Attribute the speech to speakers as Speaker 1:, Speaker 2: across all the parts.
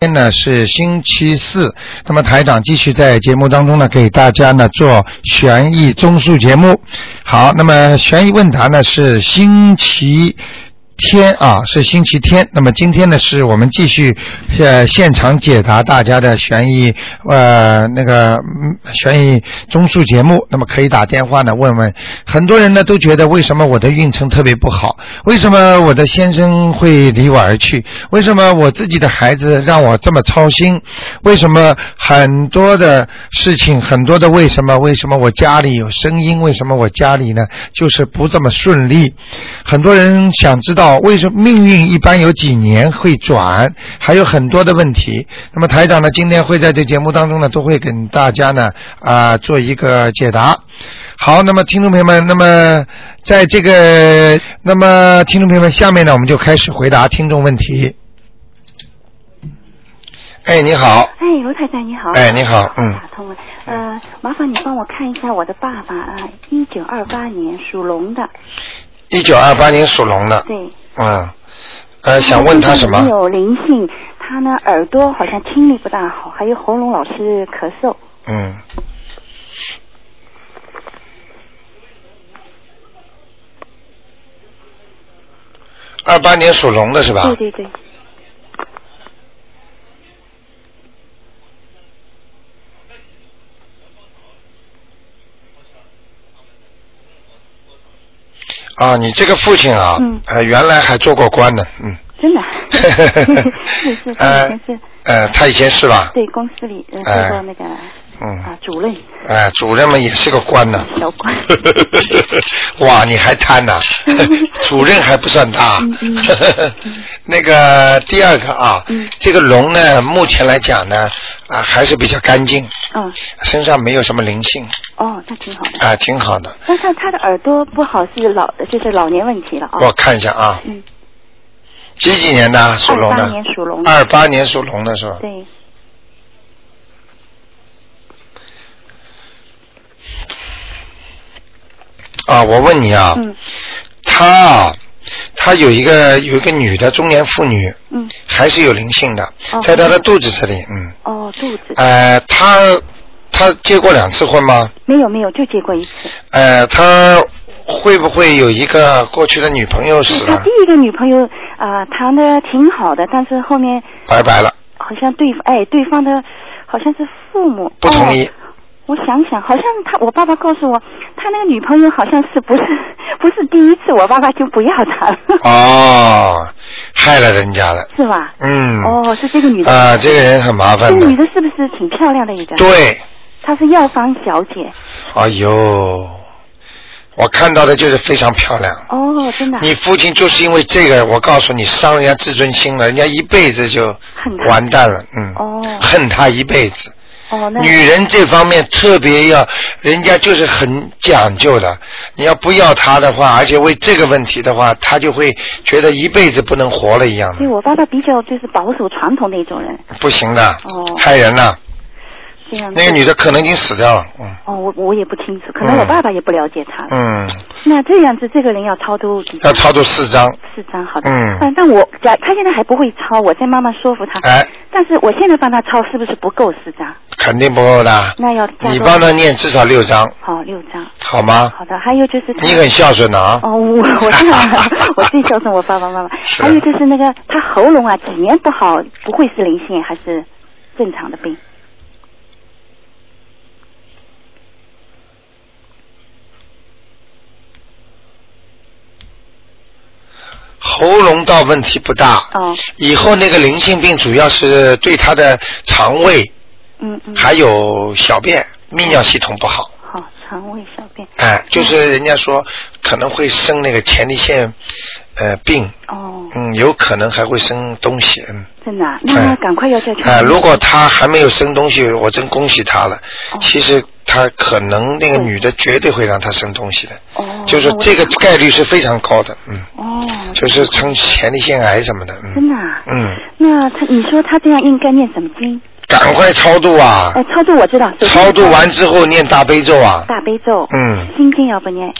Speaker 1: 今天呢是星期四，那么台长继续在节目当中呢给大家呢做悬疑综述节目。好，那么悬疑问答呢是星期天啊，是星期天。那么今天呢是我们继续呃现场解答大家的悬疑呃那个嗯悬疑综述节目。那么可以打电话呢问问，很多人呢都觉得为什么我的运程特别不好，为什么我的先生会离我而去？为什么我自己的孩子让我这么操心？为什么很多的事情，很多的为什么？为什么我家里有声音？为什么我家里呢就是不这么顺利？很多人想知道为什么命运一般有几年会转，还有很多的问题。那么台长呢，今天会在这节目当中呢，都会跟大家呢啊、做一个解答。好，那么听众朋友们，那么在这个，那么听众朋友们，下面呢，我们就开始回答听众问题。哎，你好，
Speaker 2: 哎，卢太太你好。
Speaker 1: 哎你好嗯
Speaker 2: 打通了。呃，麻烦你帮我看一下我的爸爸啊，一九二八年属龙的，
Speaker 1: 一九二八年属龙的，
Speaker 2: 对。
Speaker 1: 嗯，呃，想问他什
Speaker 2: 身
Speaker 1: 么
Speaker 2: 上？有灵性，他呢耳朵好像听力不大好，还有喉咙老是咳嗽。
Speaker 1: 嗯，二八年属龙的是吧？
Speaker 2: 对对对，
Speaker 1: 啊，你这个父亲啊，
Speaker 2: 嗯
Speaker 1: 呃，原来还做过官呢，嗯，
Speaker 2: 真 的。是是
Speaker 1: 呃
Speaker 2: 是是，
Speaker 1: 呃，他以前是吧？
Speaker 2: 对公司里呃
Speaker 1: 哎
Speaker 2: 做过那个
Speaker 1: 嗯，
Speaker 2: 啊主任
Speaker 1: 哎，主任们也是个官 呢。
Speaker 2: 小 官。
Speaker 1: 哇，你还贪 呐、主任还不算大
Speaker 2: 嗯嗯。
Speaker 1: 那个第二个啊
Speaker 2: 嗯，
Speaker 1: 这个龙呢，目前来讲呢，啊，还是比较干净，
Speaker 2: 嗯
Speaker 1: 身上没有什么灵性，
Speaker 2: 哦，那挺好的。
Speaker 1: 啊，挺好的。
Speaker 2: 但是他的耳朵不好是老这是老年问题了啊。
Speaker 1: 我看一下啊，
Speaker 2: 嗯，
Speaker 1: 几几年的啊属
Speaker 2: 二
Speaker 1: 龙
Speaker 2: 八
Speaker 1: 的？啊
Speaker 2: 年属龙的。
Speaker 1: 二八年属龙的是吧？
Speaker 2: 对，
Speaker 1: 啊，我问你啊，
Speaker 2: 嗯
Speaker 1: 他啊，他有一个有一个女的中年妇女，
Speaker 2: 嗯。
Speaker 1: 还是有灵性的
Speaker 2: 哦，
Speaker 1: 在她的肚子这里，嗯，
Speaker 2: 哦，肚子、
Speaker 1: 呃，她她结过两次婚吗？
Speaker 2: 没有没有，就结过一次。
Speaker 1: 呃，她会不会有一个过去的女朋友死
Speaker 2: 是他
Speaker 1: 了
Speaker 2: 第，一个女朋友啊、谈的挺好的，但是后面
Speaker 1: 拜拜了，
Speaker 2: 好像对哎对方的好像是父母
Speaker 1: 不同意
Speaker 2: 哦。我想想，好像他我爸爸告诉我，他那个女朋友好像是不 是不是第一次，我爸爸就不要他了，
Speaker 1: 啊哦，害了人家了，
Speaker 2: 是吧？
Speaker 1: 嗯，
Speaker 2: 哦，是这个女的。
Speaker 1: 啊，这个人很麻
Speaker 2: 这
Speaker 1: 烦
Speaker 2: 个女
Speaker 1: 的，
Speaker 2: 的是不是挺漂亮的一个？
Speaker 1: 对，
Speaker 2: 她是药房小姐。
Speaker 1: 哎呦，我看到的就是非常漂亮。
Speaker 2: 哦，真的啊。
Speaker 1: 你父亲就是因为这个，我告诉你，伤人家自尊心了，人家一辈子就
Speaker 2: 恨她
Speaker 1: 完蛋了，嗯，
Speaker 2: 哦
Speaker 1: 恨他一辈子。
Speaker 2: 哦，那
Speaker 1: 女人这方面特别要，人家就是很讲究的。你要不要他的话，而且为这个问题的话，他就会觉得一辈子不能活了一样
Speaker 2: 对
Speaker 1: 的，
Speaker 2: 我爸爸比较就是保守传统那种人，
Speaker 1: 不行的，
Speaker 2: 哦
Speaker 1: 害人了。
Speaker 2: 这样子。
Speaker 1: 那个女的可能已经死掉了，嗯
Speaker 2: 哦，我我也不清楚，可能
Speaker 1: 嗯
Speaker 2: 我爸爸也不了解他了。
Speaker 1: 嗯，
Speaker 2: 那这样子，这个人要超度几
Speaker 1: 要
Speaker 2: 张？
Speaker 1: 超度四张，
Speaker 2: 四张，好的。
Speaker 1: 嗯
Speaker 2: 但但我假他现在还不会超，我再慢慢说服他。
Speaker 1: 哎，
Speaker 2: 但是我现在帮他超，是不是不够四张？
Speaker 1: 肯定不够的。
Speaker 2: 那要加
Speaker 1: 你
Speaker 2: 多
Speaker 1: 帮他念至少六张，
Speaker 2: 好六张。
Speaker 1: 好吗？
Speaker 2: 好的，还有就是他
Speaker 1: 你很孝顺的啊。
Speaker 2: 哦，我我知道了， 我最孝顺我爸爸妈妈。
Speaker 1: 是
Speaker 2: 还有就是那个他喉咙啊，几年不好，不会是灵性还是正常的病？
Speaker 1: 喉咙倒问题不大，
Speaker 2: 哦，
Speaker 1: 以后那个灵性病主要是对他的肠胃
Speaker 2: 嗯嗯。
Speaker 1: 还有小便、泌尿系统不好，
Speaker 2: 好，肠胃小便。
Speaker 1: 哎，就是人家说可能会生那个前列腺呃病，
Speaker 2: 哦，
Speaker 1: 嗯，有可能还会生东西，嗯，
Speaker 2: 真的啊、
Speaker 1: 哎
Speaker 2: 那赶快要再去。
Speaker 1: 哎，如果他还没有生东西，我真恭喜他了。
Speaker 2: 哦
Speaker 1: 其实他可能那个
Speaker 2: 对
Speaker 1: 女的绝对会让他生东西的，
Speaker 2: 哦，
Speaker 1: 就是
Speaker 2: 那我
Speaker 1: 这个概率是非常高的，嗯，
Speaker 2: 哦，
Speaker 1: 就是生前列腺癌什么的，嗯
Speaker 2: 真的、啊。
Speaker 1: 嗯，
Speaker 2: 那他，你说他这样应该念什么经？
Speaker 1: 赶快超度啊！
Speaker 2: 哎，超度我知道。首先
Speaker 1: 超度完之后念大悲咒啊，
Speaker 2: 大悲咒，
Speaker 1: 嗯，
Speaker 2: 心经要不念？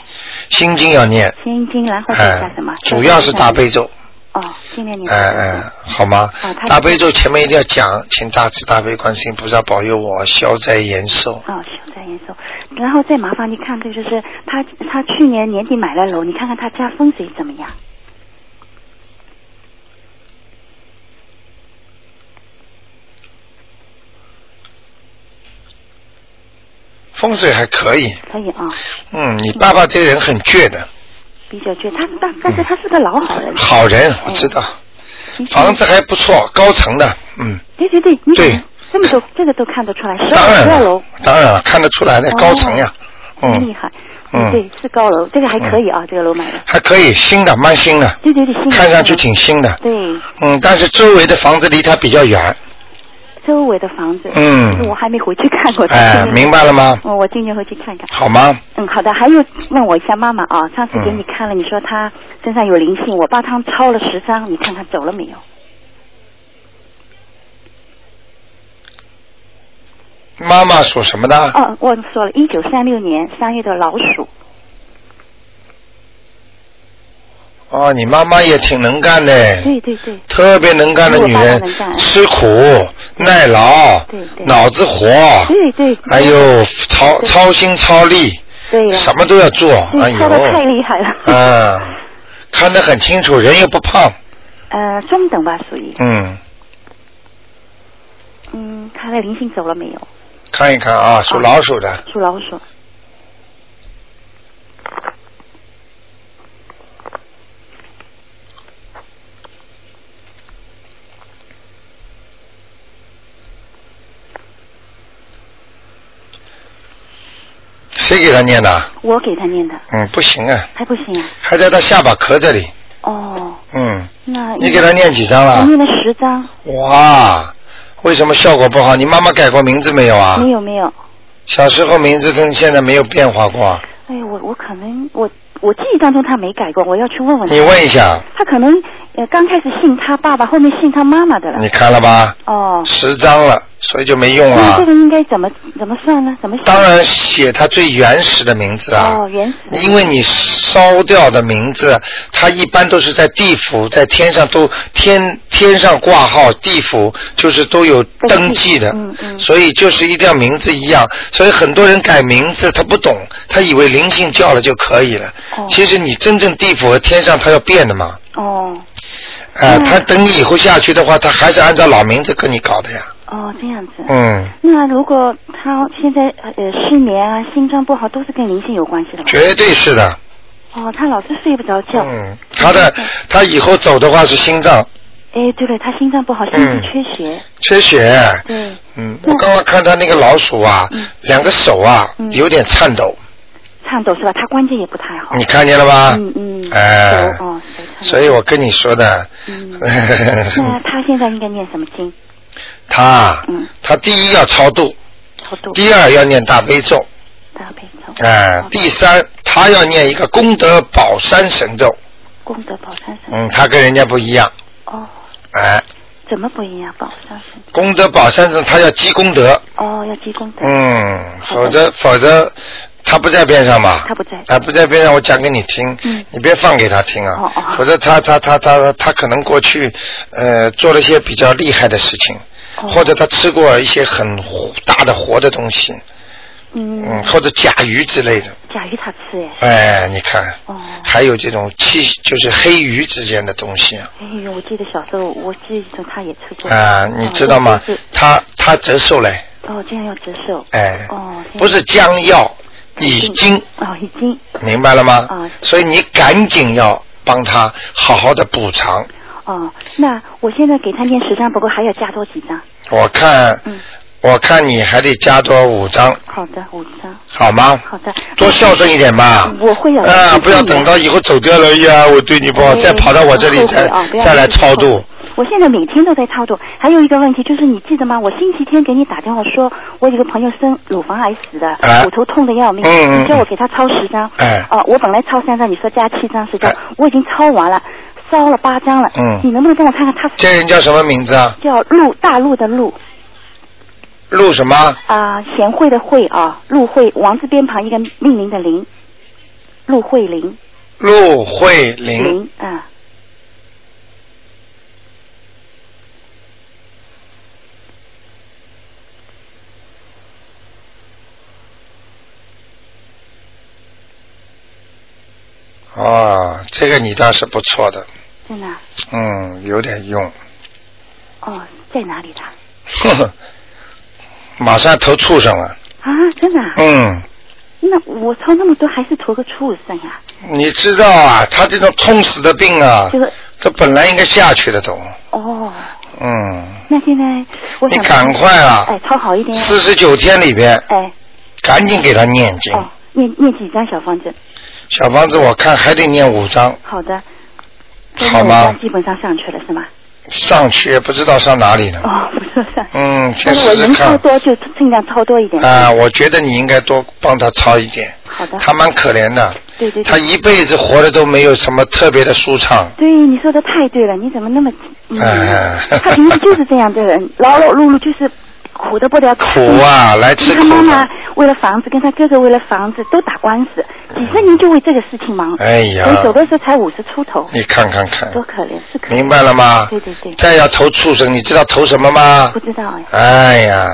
Speaker 1: 心经要念，
Speaker 2: 心经，然后再
Speaker 1: 哎
Speaker 2: 加什么？，
Speaker 1: 主要是大悲咒，
Speaker 2: 再哦，今年年
Speaker 1: 哎哎，好吗
Speaker 2: 哦他？
Speaker 1: 大悲咒前面一定要讲，请大慈大悲观世音菩萨保佑我消灾延寿。
Speaker 2: 哦，消灾延寿。然后再麻烦你看看，就是他他去年年底买了楼，你看看他家风水怎么样？
Speaker 1: 风水还可以，
Speaker 2: 可以啊、
Speaker 1: 嗯，你爸爸这人很倔的，
Speaker 2: 比较倔。他但但是他是个老好人，
Speaker 1: 嗯好人，
Speaker 2: 嗯
Speaker 1: 我知道，房子还不错，高层的，嗯，
Speaker 2: 对对对，你
Speaker 1: 对
Speaker 2: 看这么都这个都看得出来，十
Speaker 1: 当
Speaker 2: 二
Speaker 1: 然
Speaker 2: 十二啊楼
Speaker 1: 了，当然了，看得出来的
Speaker 2: 哦
Speaker 1: 高层呀，
Speaker 2: 很厉
Speaker 1: 嗯，
Speaker 2: 害。
Speaker 1: 嗯
Speaker 2: 对，是高楼，这个还可以啊，这个楼买的，
Speaker 1: 还可以，新的，蛮新的，
Speaker 2: 对对对，新的
Speaker 1: 看上去挺新的，
Speaker 2: 对，
Speaker 1: 嗯，但是周围的房子离他比较远，
Speaker 2: 周围的房子，
Speaker 1: 嗯
Speaker 2: 我还没回去看过。
Speaker 1: 哎，明白了吗？
Speaker 2: 哦我我今年回去看看。
Speaker 1: 好吗？
Speaker 2: 嗯，好的。还有问我一下妈妈啊，上次给你看了，你说她身上有灵性，我帮她抄了十张，你看看走了没有？
Speaker 1: 妈妈属什么的？
Speaker 2: 哦，我说了，一九三六年三月的老鼠。
Speaker 1: 哦，你妈妈也挺能干的，
Speaker 2: 对对对，
Speaker 1: 特别能干的女人
Speaker 2: 我爸爸能干，
Speaker 1: 吃苦耐劳
Speaker 2: 对，对
Speaker 1: 脑子活，
Speaker 2: 对对。
Speaker 1: 哎呦，操
Speaker 2: 对
Speaker 1: 操心操力，
Speaker 2: 对呀、
Speaker 1: 什么都要做，哎
Speaker 2: 对，抄的太
Speaker 1: 呦，
Speaker 2: 厉害了。
Speaker 1: 啊，看得很清楚，人又不胖，
Speaker 2: 呃，中等吧，属于。
Speaker 1: 嗯，
Speaker 2: 嗯，她的灵性走了没有？
Speaker 1: 看一看
Speaker 2: 哦
Speaker 1: 啊，属老鼠的，
Speaker 2: 属老鼠。
Speaker 1: 谁给他念的？
Speaker 2: 我给她念的，
Speaker 1: 嗯，不行啊，
Speaker 2: 还不行啊。
Speaker 1: 还在他下巴壳这里，
Speaker 2: 哦，
Speaker 1: 嗯，
Speaker 2: 那
Speaker 1: 你给他念几张
Speaker 2: 我
Speaker 1: 了？
Speaker 2: 念了十张，
Speaker 1: 哇，为什么效果不好？你妈妈改过名字没有啊
Speaker 2: 没？有没有。
Speaker 1: 小时候名字跟现在没有变化过啊，
Speaker 2: 哎，我我可能我我记忆当中他没改过，我要去问问
Speaker 1: 你
Speaker 2: 他。
Speaker 1: 问一下，
Speaker 2: 他可能呃刚开始信他爸爸，后面信他妈妈的了。
Speaker 1: 你看了吧？
Speaker 2: 哦，
Speaker 1: 十张了，所以就没用
Speaker 2: 那
Speaker 1: 啊
Speaker 2: 这。个应该怎么怎么算呢？怎么写？
Speaker 1: 当然写他最原始的名字啊。
Speaker 2: 哦，原始的
Speaker 1: 因为你烧掉的名字，它一般都是在地府、在天上都天天上挂号，地府就是都有登记的，
Speaker 2: 嗯嗯
Speaker 1: 所以就是一定要名字一样。所以很多人改名字，他不懂，他以为灵性叫了就可以了。
Speaker 2: 哦
Speaker 1: 其实你真正地府和天上它要变的嘛，
Speaker 2: 哦
Speaker 1: 呃，
Speaker 2: 嗯
Speaker 1: 他等你以后下去的话，他还是按照老名字跟你搞的呀。
Speaker 2: 哦这样子。
Speaker 1: 嗯，
Speaker 2: 那如果他现在呃失眠啊、心脏不好，都是跟灵性有关系的吧？
Speaker 1: 绝对是的。
Speaker 2: 哦，他老是睡不着觉。
Speaker 1: 嗯，他的他以后走的话是心脏
Speaker 2: 哎，对了，他心脏不好，心
Speaker 1: 嗯
Speaker 2: 肌缺血。
Speaker 1: 缺血。
Speaker 2: 对，
Speaker 1: 嗯，我刚刚看他那个老鼠啊
Speaker 2: 嗯，
Speaker 1: 两个手啊
Speaker 2: 嗯
Speaker 1: 有点颤抖，
Speaker 2: 颤抖是吧？他关节也不太好。
Speaker 1: 你看见了吧？
Speaker 2: 嗯嗯。
Speaker 1: 啊哎
Speaker 2: 手哦，手颤抖
Speaker 1: 所以我跟你说的，
Speaker 2: 嗯那他现在应该念什么经？
Speaker 1: 他
Speaker 2: 嗯
Speaker 1: 他第一要超度，
Speaker 2: 超度
Speaker 1: 第二要念大悲咒，
Speaker 2: 大悲咒。
Speaker 1: 哎
Speaker 2: 哦，
Speaker 1: 第三他要念一个功德宝山神咒，
Speaker 2: 功德宝山神。
Speaker 1: 嗯，他跟人家不一样，
Speaker 2: 哦，
Speaker 1: 哎，
Speaker 2: 怎么不一样？宝山神。
Speaker 1: 功德宝山神他要积功德，
Speaker 2: 哦，要积功德。
Speaker 1: 嗯，
Speaker 2: 好
Speaker 1: 否
Speaker 2: 的
Speaker 1: 则否则他不在边上嘛，
Speaker 2: 他不在
Speaker 1: 他不在边上，我讲给你听，
Speaker 2: 嗯
Speaker 1: 你别放给他听啊，
Speaker 2: 哦哦
Speaker 1: 否则他他他他他他可能过去呃做了一些比较厉害的事情，
Speaker 2: 哦
Speaker 1: 或者他吃过一些很活大的活的东西，
Speaker 2: 嗯，
Speaker 1: 嗯，或者甲鱼之类的，
Speaker 2: 甲鱼他吃哎。
Speaker 1: 哎，你看，
Speaker 2: 哦。
Speaker 1: 还有这种气就是黑鱼之间的东西啊，
Speaker 2: 哎呦，我记得小时候，我记忆中他也吃过。
Speaker 1: 啊你知道吗
Speaker 2: 哦这个是？
Speaker 1: 他他折寿嘞，
Speaker 2: 哦，这样要折寿。
Speaker 1: 哎，
Speaker 2: 哦。这样
Speaker 1: 不是将要，已经。。
Speaker 2: 哦，已经。
Speaker 1: 明白了吗？
Speaker 2: 啊
Speaker 1: 所以你赶紧要帮他好好的补偿。
Speaker 2: 哦，那我现在给他念十张，不过还要加多几张。
Speaker 1: 我看，
Speaker 2: 嗯，
Speaker 1: 我看你还得加多五张，
Speaker 2: 好的，五张。
Speaker 1: 好吗？
Speaker 2: 好的。嗯
Speaker 1: 多孝顺一点嘛。
Speaker 2: 我会的
Speaker 1: 啊，
Speaker 2: 我会
Speaker 1: 不要
Speaker 2: 的
Speaker 1: 等到以后走掉了，哎呀，我对你不好，
Speaker 2: 哎
Speaker 1: 再跑到我这里
Speaker 2: 后悔
Speaker 1: 再
Speaker 2: 啊不要
Speaker 1: 再来
Speaker 2: 后悔
Speaker 1: 超度。
Speaker 2: 我现在每天都在超度。还有一个问题就是，你记得吗？我星期天给你打电话说，我有个朋友生乳房癌死的，
Speaker 1: 哎
Speaker 2: 骨头痛的要命，
Speaker 1: 嗯嗯
Speaker 2: 你叫我给他抄十张。
Speaker 1: 哎
Speaker 2: 哦、我本来抄三张，你说加七张十张，
Speaker 1: 哎
Speaker 2: 我已经抄完了，烧了八张了。
Speaker 1: 嗯
Speaker 2: 你能不能帮我看看他
Speaker 1: 这人叫什么名字啊？
Speaker 2: 叫陆大陆的陆
Speaker 1: 陆什么？
Speaker 2: 啊、贤惠的惠啊，陆惠王字边旁一个命名的林，陆慧玲嗯
Speaker 1: 陆慧玲。
Speaker 2: 玲啊。
Speaker 1: 哦，这个你倒是不错的，
Speaker 2: 真的啊？
Speaker 1: 嗯，有点用，
Speaker 2: 哦，在哪里的？
Speaker 1: 呵呵，马上投畜生了。
Speaker 2: 啊，真的啊？
Speaker 1: 嗯，
Speaker 2: 那我抄那么多，还是投个畜生啊？
Speaker 1: 你知道啊，他这种痛死的病啊
Speaker 2: 就是，
Speaker 1: 这本来应该下去的都。
Speaker 2: 哦，
Speaker 1: 嗯，
Speaker 2: 那现在我
Speaker 1: 你
Speaker 2: 想
Speaker 1: 赶快啊
Speaker 2: 哎，抄好一点，
Speaker 1: 四十九天里边，
Speaker 2: 哎，
Speaker 1: 赶紧给他念经。
Speaker 2: 哦，念念几张小方子？
Speaker 1: 小房子我看还得念五章，
Speaker 2: 好的，
Speaker 1: 好
Speaker 2: 那我
Speaker 1: 吗
Speaker 2: 这样？基本上上去了是吗？
Speaker 1: 上去也不知道上哪里呢。
Speaker 2: 哦，不是是。
Speaker 1: 嗯，先
Speaker 2: 但是我
Speaker 1: 试试
Speaker 2: 人超
Speaker 1: 看。
Speaker 2: 多就尽量超多一点。
Speaker 1: 啊，我觉得你应该多帮他操一点，
Speaker 2: 好的。
Speaker 1: 他蛮可怜的，
Speaker 2: 对对
Speaker 1: 他
Speaker 2: 对。
Speaker 1: 一辈子活的都没有什么特别的舒畅。
Speaker 2: 对，你说的太对了，你怎么那么……嗯
Speaker 1: 哎，
Speaker 2: 他平时就是这样的人，劳劳碌碌就是苦的不得。
Speaker 1: 苦啊，来吃
Speaker 2: 跟他
Speaker 1: 苦
Speaker 2: 嗯妈妈
Speaker 1: 的。
Speaker 2: 为了房子，跟他哥哥为了房子都打官司，几十年就为这个事情忙。
Speaker 1: 哎
Speaker 2: 所以
Speaker 1: 呀
Speaker 2: 走，的时候才五十出头，
Speaker 1: 你看看看，
Speaker 2: 多可怜，是可怜。
Speaker 1: 哎明白了嗯吗
Speaker 2: 对？对对，
Speaker 1: 再要投畜生，你知道投什么吗
Speaker 2: 不？知道哎，
Speaker 1: 哎呀，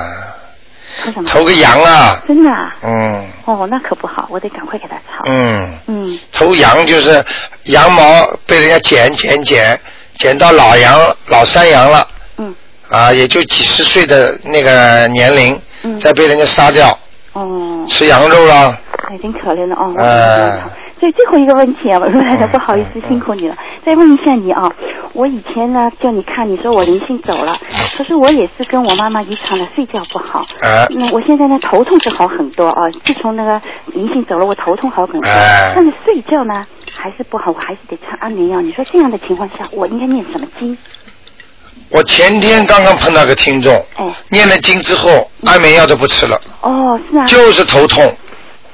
Speaker 2: 说什么？
Speaker 1: 投个羊啊，
Speaker 2: 真的啊？
Speaker 1: 嗯
Speaker 2: 哦，那可不好，我得赶快给他抄。
Speaker 1: 嗯，
Speaker 2: 嗯，
Speaker 1: 投羊就是羊毛被人家剪剪剪，剪到老羊老山羊了
Speaker 2: 嗯
Speaker 1: 啊，也就几十岁的那个年龄，
Speaker 2: 嗯，
Speaker 1: 再被人家杀掉，
Speaker 2: 哦，
Speaker 1: 吃羊肉了。
Speaker 2: 已经可怜了哦。我
Speaker 1: 哎
Speaker 2: 所以最后一个问题啊，罗太太，
Speaker 1: 嗯
Speaker 2: 不好意思
Speaker 1: 嗯，嗯
Speaker 2: 辛苦你了。再问一下你啊，我以前呢叫你看，你说我灵性走了，
Speaker 1: 嗯
Speaker 2: 可是我也是跟我妈妈遗传了睡觉不好。
Speaker 1: 哎
Speaker 2: 那嗯我现在呢头痛是好很多啊，自从那个灵性走了，我头痛好很多。
Speaker 1: 哎
Speaker 2: 但是睡觉呢还是不好，我还是得吃安眠药。你说这样的情况下，我应该念什么经？
Speaker 1: 我前天刚刚碰到个听众，
Speaker 2: 哎，
Speaker 1: 念了经之后，安眠药都不吃了，
Speaker 2: 哦，是啊，
Speaker 1: 就是头痛，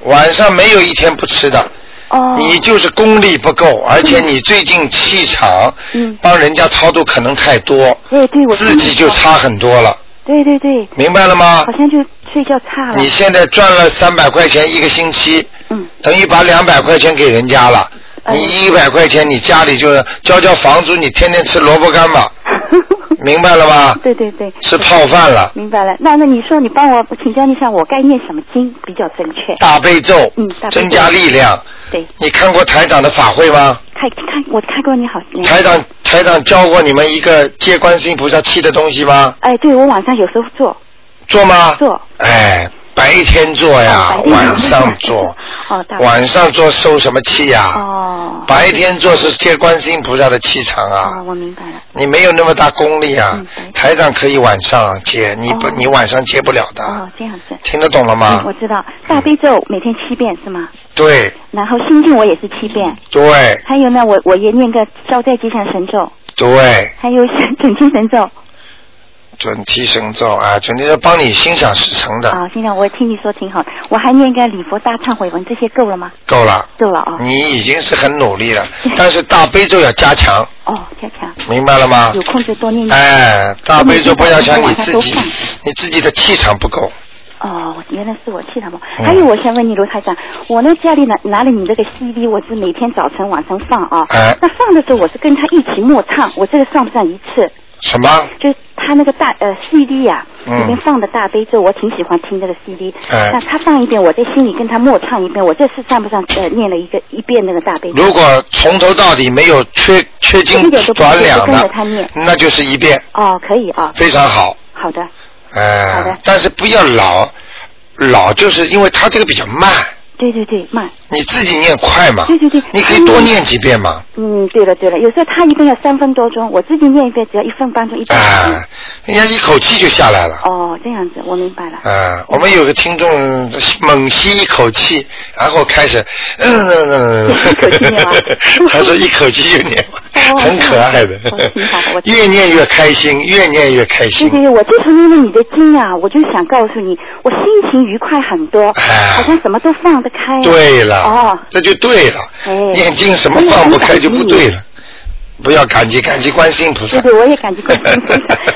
Speaker 1: 晚上没有一天不吃的。
Speaker 2: 哦，
Speaker 1: 你就是功力不够，而且你最近气场
Speaker 2: 嗯，
Speaker 1: 帮人家超度可能太多，
Speaker 2: 对对，我
Speaker 1: 自己就
Speaker 2: 听你说，
Speaker 1: 差很多了，
Speaker 2: 对对对，
Speaker 1: 明白了吗
Speaker 2: 好？像就睡觉差了
Speaker 1: 你，现在赚了三百块钱一个星期，
Speaker 2: 嗯，
Speaker 1: 等于把两百块钱给人家了。
Speaker 2: 哎
Speaker 1: 你一百块钱，你家里就交交房租，你天天吃萝卜干吧，明白了吧？
Speaker 2: 对对对，
Speaker 1: 吃泡饭了，
Speaker 2: 明白了。那那你说你帮我请教一下，我该念什么经比较正确？
Speaker 1: 大悲咒
Speaker 2: 嗯大悲咒
Speaker 1: 增加力量。
Speaker 2: 对，
Speaker 1: 你看过台长的法会吗？
Speaker 2: 看看我看过你好，嗯
Speaker 1: 台长台长教过你们一个接观世音菩萨气的东西吗？
Speaker 2: 哎，对我晚上有时候做
Speaker 1: 做吗？
Speaker 2: 做。
Speaker 1: 哎，白天做哎呀，
Speaker 2: 哦白天
Speaker 1: 晚上做。
Speaker 2: 哦 大
Speaker 1: 晚啊上做受什么气呀、
Speaker 2: 哦，
Speaker 1: 白天做是接观世音菩萨的气场啊，
Speaker 2: 哦，我明白了。
Speaker 1: 你没有那么大功力啊。
Speaker 2: 嗯白
Speaker 1: 台长可以晚上接，你不、
Speaker 2: 哦
Speaker 1: 你晚上接不了的，
Speaker 2: 哦，这样子。
Speaker 1: 听得懂了吗？
Speaker 2: 嗯，我知道大悲咒每天七遍是吗？
Speaker 1: 对
Speaker 2: 然后心经我也是七遍，
Speaker 1: 对
Speaker 2: 还有呢，我我也念个消灾吉祥神咒，
Speaker 1: 对，
Speaker 2: 还有准提神咒
Speaker 1: 准提神咒啊，准提咒帮你心想事成的，
Speaker 2: 啊。现在我听你说挺好，我还念个礼佛大忏悔文，这些够了吗？
Speaker 1: 够了。
Speaker 2: 够了啊。
Speaker 1: 你已经是很努力了
Speaker 2: 对，
Speaker 1: 但是大悲咒要加强，
Speaker 2: 哦，恰恰
Speaker 1: 明白了吗
Speaker 2: 有？空就多念念。
Speaker 1: 啊哎，大悲咒不要想你自己
Speaker 2: 我每天晚上都看，
Speaker 1: 你自己的气场不够。
Speaker 2: 哦，原来是我气他们。
Speaker 1: 嗯
Speaker 2: 还有，我想问你，罗台长，我呢家里拿拿了你这个 CD，我是每天早晨晚上放啊。
Speaker 1: 哎
Speaker 2: 那放的时候，我是跟他一起默唱，我这个算不算一次？
Speaker 1: 什么？
Speaker 2: 就是他那个大呃 CD 呀、
Speaker 1: 嗯
Speaker 2: 里面放的大悲咒，我挺喜欢听这个 CD、
Speaker 1: 哎
Speaker 2: 那他放一遍，我在心里跟他默唱一遍，我这是算不算呃念了一个一遍那个大悲咒？
Speaker 1: 如果从头到底没有缺缺
Speaker 2: 一
Speaker 1: 斤
Speaker 2: 点都不
Speaker 1: 短两
Speaker 2: 跟着
Speaker 1: 的
Speaker 2: 他念，
Speaker 1: 那就是一遍，
Speaker 2: 哦，可以啊、
Speaker 1: 非常好。
Speaker 2: 好的，好
Speaker 1: 呃
Speaker 2: 的，
Speaker 1: 但是不要老老，就是因为它这个比较慢，
Speaker 2: 对对对，慢，
Speaker 1: 你自己念快嘛。
Speaker 2: 对对对
Speaker 1: 你可以多念几遍嘛。
Speaker 2: 嗯，对了对了，有时候他一遍要三分多钟，我自己念一遍只要一分半钟，一
Speaker 1: 哎、
Speaker 2: 分半钟。
Speaker 1: 人家一口气就下来了。
Speaker 2: 哦，这样子，我明白了。
Speaker 1: 啊，我们有个听众猛吸一口气，然后开始，嗯嗯嗯，
Speaker 2: 一口气念完
Speaker 1: 他说一口气就念
Speaker 2: 哦
Speaker 1: 完，很可爱的
Speaker 2: 哦挺好的我，
Speaker 1: 越念越开心，越念越开
Speaker 2: 对
Speaker 1: 心
Speaker 2: 对。对，我就是因为你的经啊，我就想告诉你，我心情愉快很多，
Speaker 1: 哎
Speaker 2: 好像什么都放得开。，
Speaker 1: 对了
Speaker 2: 哦，
Speaker 1: 这就对了
Speaker 2: 哎，
Speaker 1: 念经什么放不开就不对了，不要感激感激观世音菩萨
Speaker 2: 嗯对。对，我也感激关心，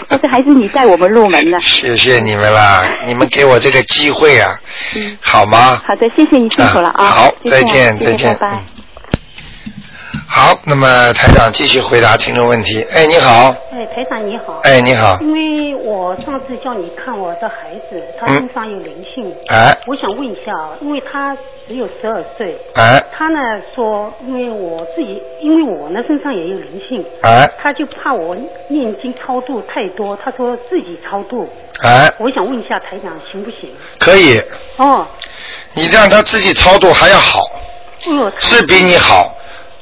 Speaker 2: 但是还是你带我们入 门的。
Speaker 1: 谢谢你们啦，你们给我这个机会啊，
Speaker 2: 嗯，
Speaker 1: 好吗？
Speaker 2: 好的，谢谢你辛苦了啊。
Speaker 1: 嗯好
Speaker 2: 就这
Speaker 1: 再
Speaker 2: 样
Speaker 1: 见
Speaker 2: 谢谢
Speaker 1: 再见
Speaker 2: 拜拜。
Speaker 1: 好，那么台长继续回答听众问题。哎，你好，
Speaker 3: 哎，台长你好。
Speaker 1: 哎，你好，
Speaker 3: 因为我上次叫你看我的孩子，他身上有灵性，
Speaker 1: 哎
Speaker 3: 我想问一下，因为他只有十二岁，
Speaker 1: 哎。
Speaker 3: 他他呢说，因为我自己，因为我呢身上也有灵性，
Speaker 1: 哎
Speaker 3: 他就怕我念经超度太多，他说自己超度。
Speaker 1: 哎，
Speaker 3: 我想问一下台长行不行？
Speaker 1: 可以，
Speaker 3: 哦，
Speaker 1: 你让他自己操作还要好，
Speaker 3: 哎呦，
Speaker 1: 是比你好。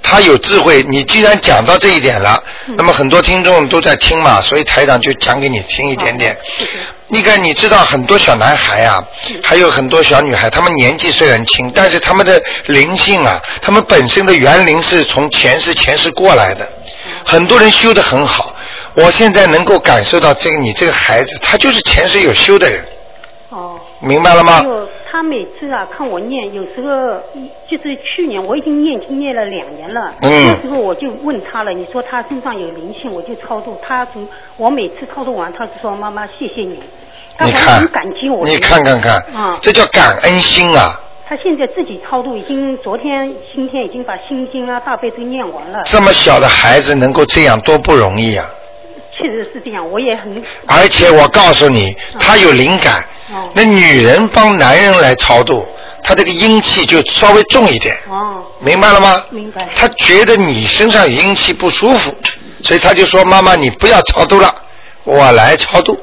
Speaker 1: 他有智慧，你既然讲到这一点了，
Speaker 3: 嗯
Speaker 1: 那么很多听众都在听嘛，所以台长就讲给你听一点点。
Speaker 3: 谢谢。
Speaker 1: 那个你知道很多小男孩啊，
Speaker 3: 嗯
Speaker 1: 还有很多小女孩，他们年纪虽然轻，但是他们的灵性啊，他们本身的园灵是从前世前世过来的，
Speaker 3: 嗯
Speaker 1: 很多人修得很好。我现在能够感受到这个你这个孩子，他就是前世有修的人，
Speaker 3: 哦。
Speaker 1: 明白了吗？
Speaker 3: 还有他每次啊看我念，有时候就是去年我已经念经念了两年了，
Speaker 1: 嗯
Speaker 3: 那时候我就问他了，你说他身上有灵性，我就超度他从我每次超度完，他就说妈妈谢谢你，他
Speaker 1: 你
Speaker 3: 还
Speaker 1: 看
Speaker 3: 很感激，我，
Speaker 1: 你看看看，
Speaker 3: 嗯
Speaker 1: 这叫感恩心啊！
Speaker 3: 他现在自己超度，已经昨天今天已经把心经啊大悲咒念完了，
Speaker 1: 这么小的孩子能够这样多不容易啊！
Speaker 3: 确实是这样，我也很
Speaker 1: 而且我告诉你，他有灵感
Speaker 3: 哦。
Speaker 1: 那女人帮男人来超度，他这个阴气就稍微重一点，
Speaker 3: 哦
Speaker 1: 明白了吗？
Speaker 3: 明白
Speaker 1: 他觉得你身上有阴气不舒服，所以他就说：“妈妈，你不要超度了，我来超度。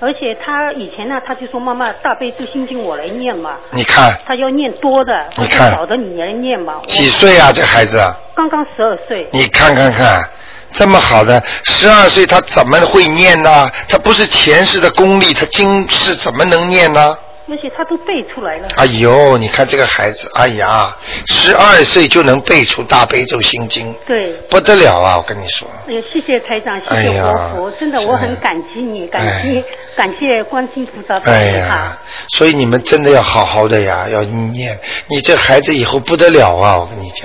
Speaker 3: 而且他以前呢，他就说妈妈大悲咒心经我来念嘛，”
Speaker 1: 你看
Speaker 3: 他要念多的，
Speaker 1: 你看
Speaker 3: 少的你来念嘛，我
Speaker 1: 几岁啊？这孩子啊，
Speaker 3: 刚刚十二岁，
Speaker 1: 你看看看，这么好的十二岁，他怎么会念呢？他不是前世的功力，他今世怎么能念呢？
Speaker 3: 而且他都背出来了。
Speaker 1: 哎呦，你看这个孩子，哎呀，十二岁就能背出大悲咒心经，
Speaker 3: 对，
Speaker 1: 不得了啊！我跟你说，
Speaker 3: 哎呀，谢谢台长，谢
Speaker 1: 哎
Speaker 3: 谢
Speaker 1: 呀
Speaker 3: 活佛，真的
Speaker 1: 是
Speaker 3: 我很感激你，感激、
Speaker 1: 哎
Speaker 3: 感谢观世音菩萨保
Speaker 1: 哎
Speaker 3: 佑
Speaker 1: 呀
Speaker 3: 他。，
Speaker 1: 所以你们真的要好好的呀，要念。你这孩子以后不得了啊！我跟你讲，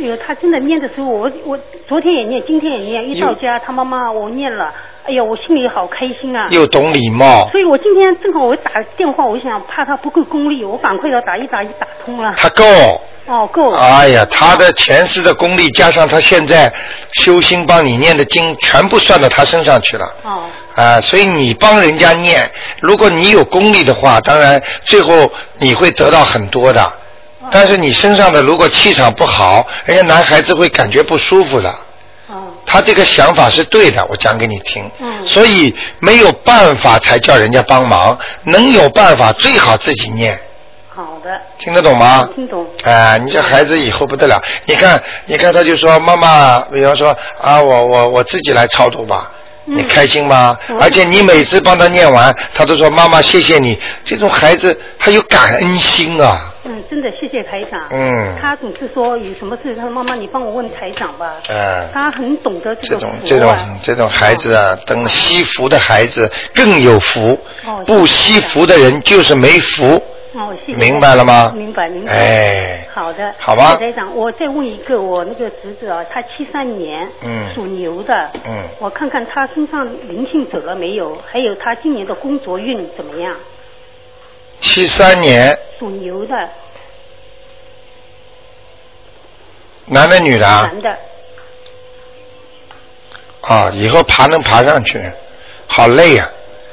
Speaker 3: 哎呦，他真的念的时候，我我昨天也念，今天也念，一到家他妈妈我念了，哎呀，我心里好开心啊。
Speaker 1: 又懂礼貌，
Speaker 3: 所以我今天正好我打电话，我想怕他不够功力，我赶快要打一打一打通了。
Speaker 1: 他够。
Speaker 3: 哦，够。
Speaker 1: 哎呀，他的前世的功力加上他现在修心帮你念的经，全部算到他身上去了。
Speaker 3: 哦，
Speaker 1: 啊，所以你帮人家念，如果你有功力的话，当然最后你会得到很多的。
Speaker 3: 哦
Speaker 1: 但是你身上的如果气场不好，人家男孩子会感觉不舒服的。
Speaker 3: 哦，
Speaker 1: 他这个想法是对的，我讲给你听。
Speaker 3: 嗯
Speaker 1: 所以没有办法才叫人家帮忙，能有办法最好自己念，
Speaker 3: 好的，
Speaker 1: 听得懂吗？
Speaker 3: 嗯听懂。
Speaker 1: 哎，你这孩子以后不得了！你看，你看，他就说妈妈，比方说啊，我我我自己来超度吧，
Speaker 3: 嗯
Speaker 1: 你开心吗？
Speaker 3: 嗯
Speaker 1: 而且你每次帮他念完，他都说妈妈谢谢你。这种孩子他有感恩心啊，
Speaker 3: 嗯，真的谢谢台长。
Speaker 1: 嗯
Speaker 3: 他总是说有什么事，他说妈妈你帮我问台长吧。
Speaker 1: 嗯
Speaker 3: 他很懂得这
Speaker 1: 这
Speaker 3: 个
Speaker 1: 种
Speaker 3: 福
Speaker 1: 这种
Speaker 3: 啊
Speaker 1: 这种孩子啊，等惜福的孩子更有福
Speaker 3: 哦，
Speaker 1: 不惜福的人就是没福，
Speaker 3: 哦，谢谢。
Speaker 1: 明白了吗？
Speaker 3: 明白明白。
Speaker 1: 哎，
Speaker 3: 好的。
Speaker 1: 好吧
Speaker 3: 台长，我再问一个，我那个侄子啊，他七三年，
Speaker 1: 嗯
Speaker 3: 属牛的，
Speaker 1: 嗯
Speaker 3: 我看看他身上灵性走了没有，还有他今年的工作运怎么样？
Speaker 1: 七三年，
Speaker 3: 属牛的，
Speaker 1: 男的女的啊？
Speaker 3: 男的，
Speaker 1: 啊，以后爬能爬上去，好累啊！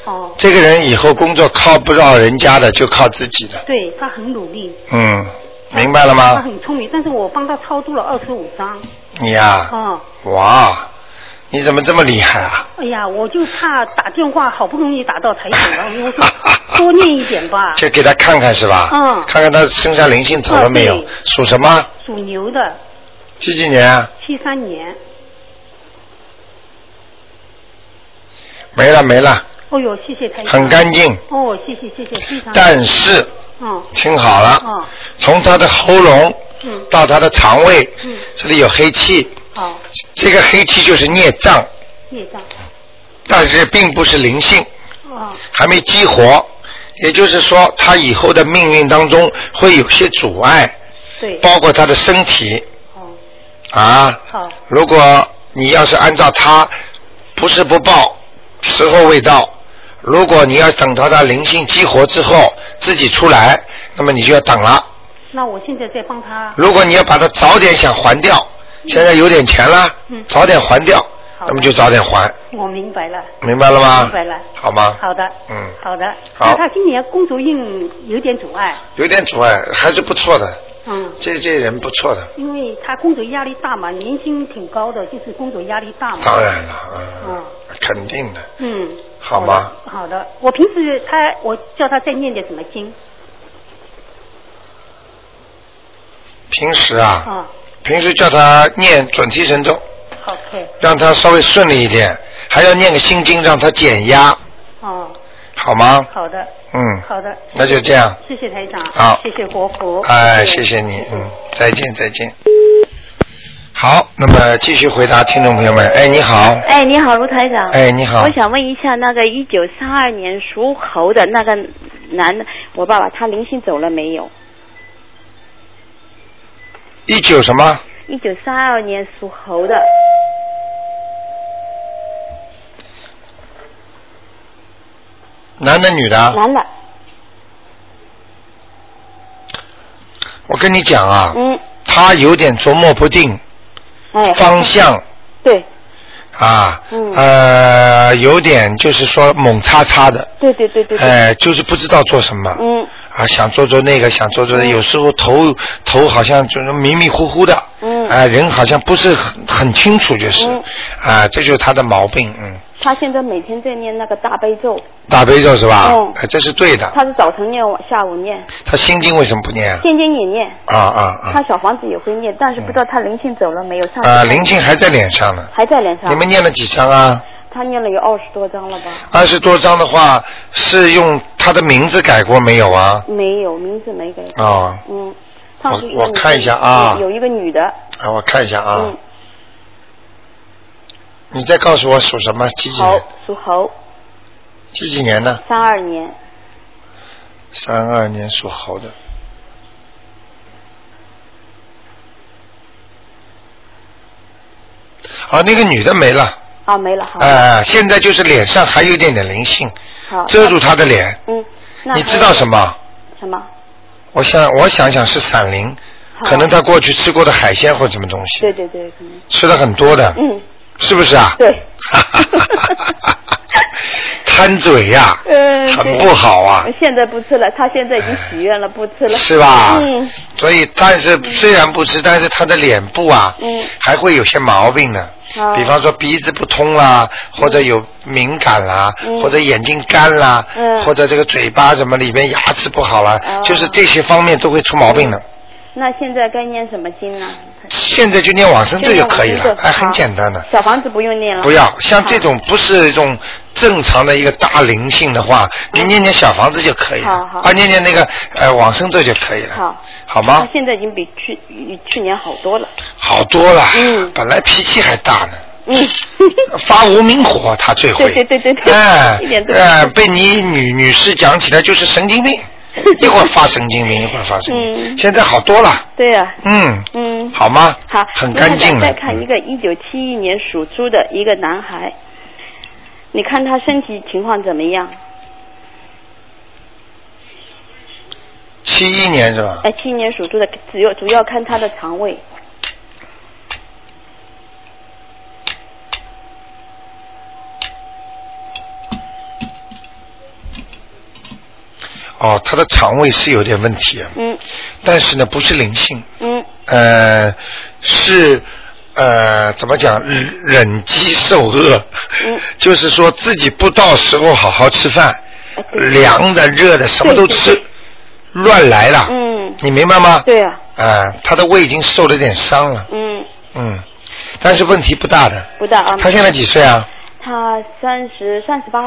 Speaker 3: 哦，
Speaker 1: 这个人以后工作靠不到人家的，就靠自己的。
Speaker 3: 对他很努力，
Speaker 1: 嗯，明白了
Speaker 3: 他
Speaker 1: 吗？
Speaker 3: 很聪明，但是我帮他超度了二十五张，
Speaker 1: 你呀、
Speaker 3: 哦。
Speaker 1: 哇，你怎么这么厉害啊？
Speaker 3: 哎呀，我就怕打电话，好不容易打到台长了，我说多念一点吧。
Speaker 1: 就给他看看是吧？
Speaker 3: 啊嗯
Speaker 1: 看看他身上灵性走了没有？
Speaker 3: 啊对
Speaker 1: 属什么？
Speaker 3: 属牛的，
Speaker 1: 几几年啊？
Speaker 3: 七三年。
Speaker 1: 没了没了，
Speaker 3: 哦哟，谢谢台长。
Speaker 1: 很干净，
Speaker 3: 哦，谢谢谢谢，非常。
Speaker 1: 但是
Speaker 3: 嗯
Speaker 1: 听好了，
Speaker 3: 嗯
Speaker 1: 从他的喉咙
Speaker 3: 嗯，
Speaker 1: 到他的肠胃，
Speaker 3: 嗯
Speaker 1: 这里有黑气，
Speaker 3: 好，
Speaker 1: 这个黑气就是孽障，
Speaker 3: 业障。
Speaker 1: 但是并不是灵性。
Speaker 3: 哦
Speaker 1: 还没激活，也就是说，他以后的命运当中会有些阻碍，
Speaker 3: 对。
Speaker 1: 包括他的身体
Speaker 3: 哦，
Speaker 1: 啊。
Speaker 3: 好，
Speaker 1: 如果你要是按照他不是不报，时候未到，如果你要等到他灵性激活之后自己出来，那么你就要等了。
Speaker 3: 那我现在再帮他。
Speaker 1: 如果你要把它早点想还掉，现在有点钱了
Speaker 3: 嗯，
Speaker 1: 早点还掉，
Speaker 3: 好的
Speaker 1: 那么就早点还，
Speaker 3: 我明白了。
Speaker 1: 明白了吗？
Speaker 3: 明白了
Speaker 1: 好吗？
Speaker 3: 好的，
Speaker 1: 嗯
Speaker 3: 好的。
Speaker 1: 好
Speaker 3: 那他今年工作运有点阻碍，
Speaker 1: 有点阻碍，还是不错的。
Speaker 4: 嗯，
Speaker 1: 这这人不错的，
Speaker 4: 因为他工作压力大嘛，年薪挺高的，就是工作压力大嘛。
Speaker 1: 当然了，嗯，肯定的，
Speaker 4: 嗯，
Speaker 1: 好吗
Speaker 4: 的好的，我平时他我叫他再念点什么经
Speaker 1: 平时
Speaker 3: 嗯
Speaker 1: 啊，
Speaker 4: 啊
Speaker 1: 平时叫他念准提神咒，
Speaker 4: ？OK，
Speaker 1: 让他稍微顺利一点，还要念个心经让他减压，
Speaker 4: 哦，
Speaker 1: 好吗？
Speaker 4: 好的，
Speaker 1: 嗯，
Speaker 4: 好的，
Speaker 1: 那就这样，
Speaker 4: 谢谢台长，
Speaker 1: 好
Speaker 4: 谢谢国服，
Speaker 1: 哎，谢谢你，嗯，再见再见。好，那么继续回答听众朋友们，哎，你好，
Speaker 3: 哎，你好，卢台长。
Speaker 1: 哎，你好
Speaker 3: 我，想问一下，那个一九三二年属猴的那个男的，我爸爸他灵性走了没有？
Speaker 1: 一九什么？
Speaker 3: 一九三二年属猴的，
Speaker 1: 男的女的啊？
Speaker 3: 男的，
Speaker 1: 我跟你讲啊，
Speaker 3: 嗯，
Speaker 1: 他有点琢磨不定
Speaker 3: 哎，
Speaker 1: 方向
Speaker 3: 对，
Speaker 1: 啊，
Speaker 3: 嗯
Speaker 1: 呃，有点就是说猛叉叉的，
Speaker 3: 对对对对对，
Speaker 1: 哎、就是不知道做什么，
Speaker 3: 嗯
Speaker 1: 啊，想做做那个，想做做，有时候头头好像就是迷迷糊糊的，啊、
Speaker 3: 嗯，
Speaker 1: 人好像不是很很清楚，就是，啊
Speaker 3: 嗯、
Speaker 1: 这就是他的毛病，嗯，
Speaker 3: 他现在每天在念那个大悲咒，
Speaker 1: 大悲咒是吧？
Speaker 3: 嗯
Speaker 1: 哎这是对的。
Speaker 3: 他是早晨念，晚下午念，
Speaker 1: 他心经为什么不念啊？
Speaker 3: 天天也念，
Speaker 1: 啊啊
Speaker 3: 他
Speaker 1: 啊！
Speaker 3: 小房子也会念，但是不知道他灵性走了没有？上次
Speaker 1: 啊，灵性还在脸上呢。
Speaker 3: 还在脸上
Speaker 1: 你，们念了几张啊？
Speaker 3: 他念了有二十多张了吧？
Speaker 1: 二十多张的话，是用他的名字改过没有啊？
Speaker 3: 没有，名字没给。
Speaker 1: 啊，
Speaker 3: 嗯，上次有
Speaker 1: 我
Speaker 3: 个女的
Speaker 1: 看一下啊
Speaker 3: 有有一个女的，
Speaker 1: 啊，我看一下啊，
Speaker 3: 嗯，
Speaker 1: 你再告诉我属什么？几几
Speaker 3: 猴
Speaker 1: 年？
Speaker 3: 属猴，
Speaker 1: 几几年呢？
Speaker 3: 三二年，
Speaker 1: 三二年属猴的。啊，那个女的没了，
Speaker 3: 啊，没了，好，
Speaker 1: 哎、现在就是脸上还有一点点灵性，
Speaker 3: 好，
Speaker 1: 遮住她的脸。
Speaker 3: 嗯，那
Speaker 1: 你
Speaker 3: 还
Speaker 1: 知道什么？
Speaker 3: 什么？
Speaker 1: 我想，我想想是闪灵，
Speaker 3: 好
Speaker 1: 可能她过去吃过的海鲜或什么东西，
Speaker 3: 对对对，可能，
Speaker 1: 吃了很多的，
Speaker 3: 嗯，
Speaker 1: 是不是啊？
Speaker 3: 对
Speaker 1: 贪嘴呀、
Speaker 3: 嗯，
Speaker 1: 很
Speaker 3: 对
Speaker 1: 不好啊，
Speaker 3: 现在不吃了，他现在已经许愿了，不吃了，
Speaker 1: 是吧？
Speaker 3: 嗯，
Speaker 1: 所以，但是虽然不吃，但是他的脸部啊，
Speaker 3: 嗯啊
Speaker 1: 还会有些毛病呢。
Speaker 3: 好
Speaker 1: 比方说鼻子不通啦，或者有敏感啦，
Speaker 3: 嗯
Speaker 1: 或者眼睛干啦，
Speaker 3: 嗯
Speaker 1: 或者这个嘴巴什么里面牙齿不好啦，
Speaker 3: 哦
Speaker 1: 就是这些方面都会出毛病的。
Speaker 3: 那现在该念什么经呢？
Speaker 1: 现在就念往生咒就可以
Speaker 3: 现在
Speaker 1: 了
Speaker 3: 往生，咒
Speaker 1: 哎，很
Speaker 3: 好
Speaker 1: 简单的。
Speaker 3: 小房子不用念了，
Speaker 1: 不要像
Speaker 3: 好
Speaker 1: 这种不是一种正常的一个大灵性的话，你念念小房子就可以了
Speaker 3: 好，好
Speaker 1: 啊，念念那个呃往生咒就可以了，
Speaker 3: 好，
Speaker 1: 好
Speaker 3: 他
Speaker 1: 吗？
Speaker 3: 现在已经比去比去年好多了，
Speaker 1: 好多了，
Speaker 3: 嗯
Speaker 1: 本来脾气还大呢，
Speaker 3: 嗯，
Speaker 1: 发无名火他最会，
Speaker 3: 对对对对对
Speaker 1: 哎
Speaker 3: 一点都不
Speaker 1: 哎，被你女女士讲起来就是神经 病，一会儿发神经病，一会儿发神经病，
Speaker 3: 嗯
Speaker 1: 现在好多了，
Speaker 3: 对呀，
Speaker 1: 嗯，
Speaker 3: 嗯，
Speaker 1: 好吗？
Speaker 3: 好，
Speaker 1: 很
Speaker 3: 那
Speaker 1: 干净嗯
Speaker 3: 我
Speaker 1: 了
Speaker 3: 再看一个一九七一年属猪的一个男孩，你看他身体情况怎么样？
Speaker 1: 嗯七一年是吧？
Speaker 3: 哎，七一年属猪的，主要主要看他的肠胃。
Speaker 1: 哦，他的肠胃是有点问题啊，
Speaker 3: 嗯
Speaker 1: 但是呢不是灵性，
Speaker 3: 嗯，
Speaker 1: 呃，是呃，怎么讲，忍忍饥受饿，
Speaker 3: 嗯
Speaker 1: 就是说自己不到时候好好吃饭，
Speaker 3: 哎对
Speaker 1: 凉的、热的什么都吃
Speaker 3: 对，
Speaker 1: 乱来了，
Speaker 3: 嗯，
Speaker 1: 你明白吗？
Speaker 3: 对啊，
Speaker 1: 啊、他的胃已经受了点伤了，
Speaker 3: 嗯，
Speaker 1: 嗯，但是问题不大的。
Speaker 3: 不大啊。
Speaker 1: 他现在几岁啊？
Speaker 3: 他三十三十八，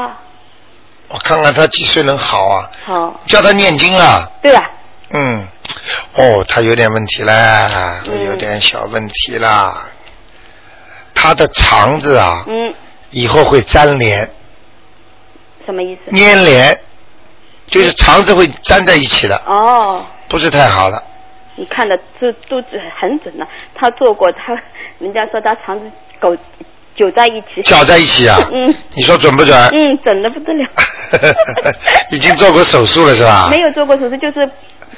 Speaker 1: 我看看他几岁能好啊？
Speaker 3: 好，
Speaker 1: 叫他念经啊。
Speaker 3: 对啊，
Speaker 1: 嗯，哦，他有点问题啦，
Speaker 3: 嗯
Speaker 1: 有点小问题啦。他的肠子啊，
Speaker 3: 嗯，
Speaker 1: 以后会粘连、
Speaker 3: 什么意思？
Speaker 1: 粘连，就是
Speaker 3: 嗯
Speaker 1: 肠子会粘在一起的，
Speaker 3: 哦，
Speaker 1: 不是太好的。
Speaker 3: 你看的这肚子很准了、啊他做过，他人家说他肠子狗久在一起。
Speaker 1: 搅在一起啊？
Speaker 3: 嗯
Speaker 1: 你说准不准？。
Speaker 3: 嗯，准的不得了
Speaker 1: 已经做过手术了是吧？
Speaker 3: 没有做过手术，就是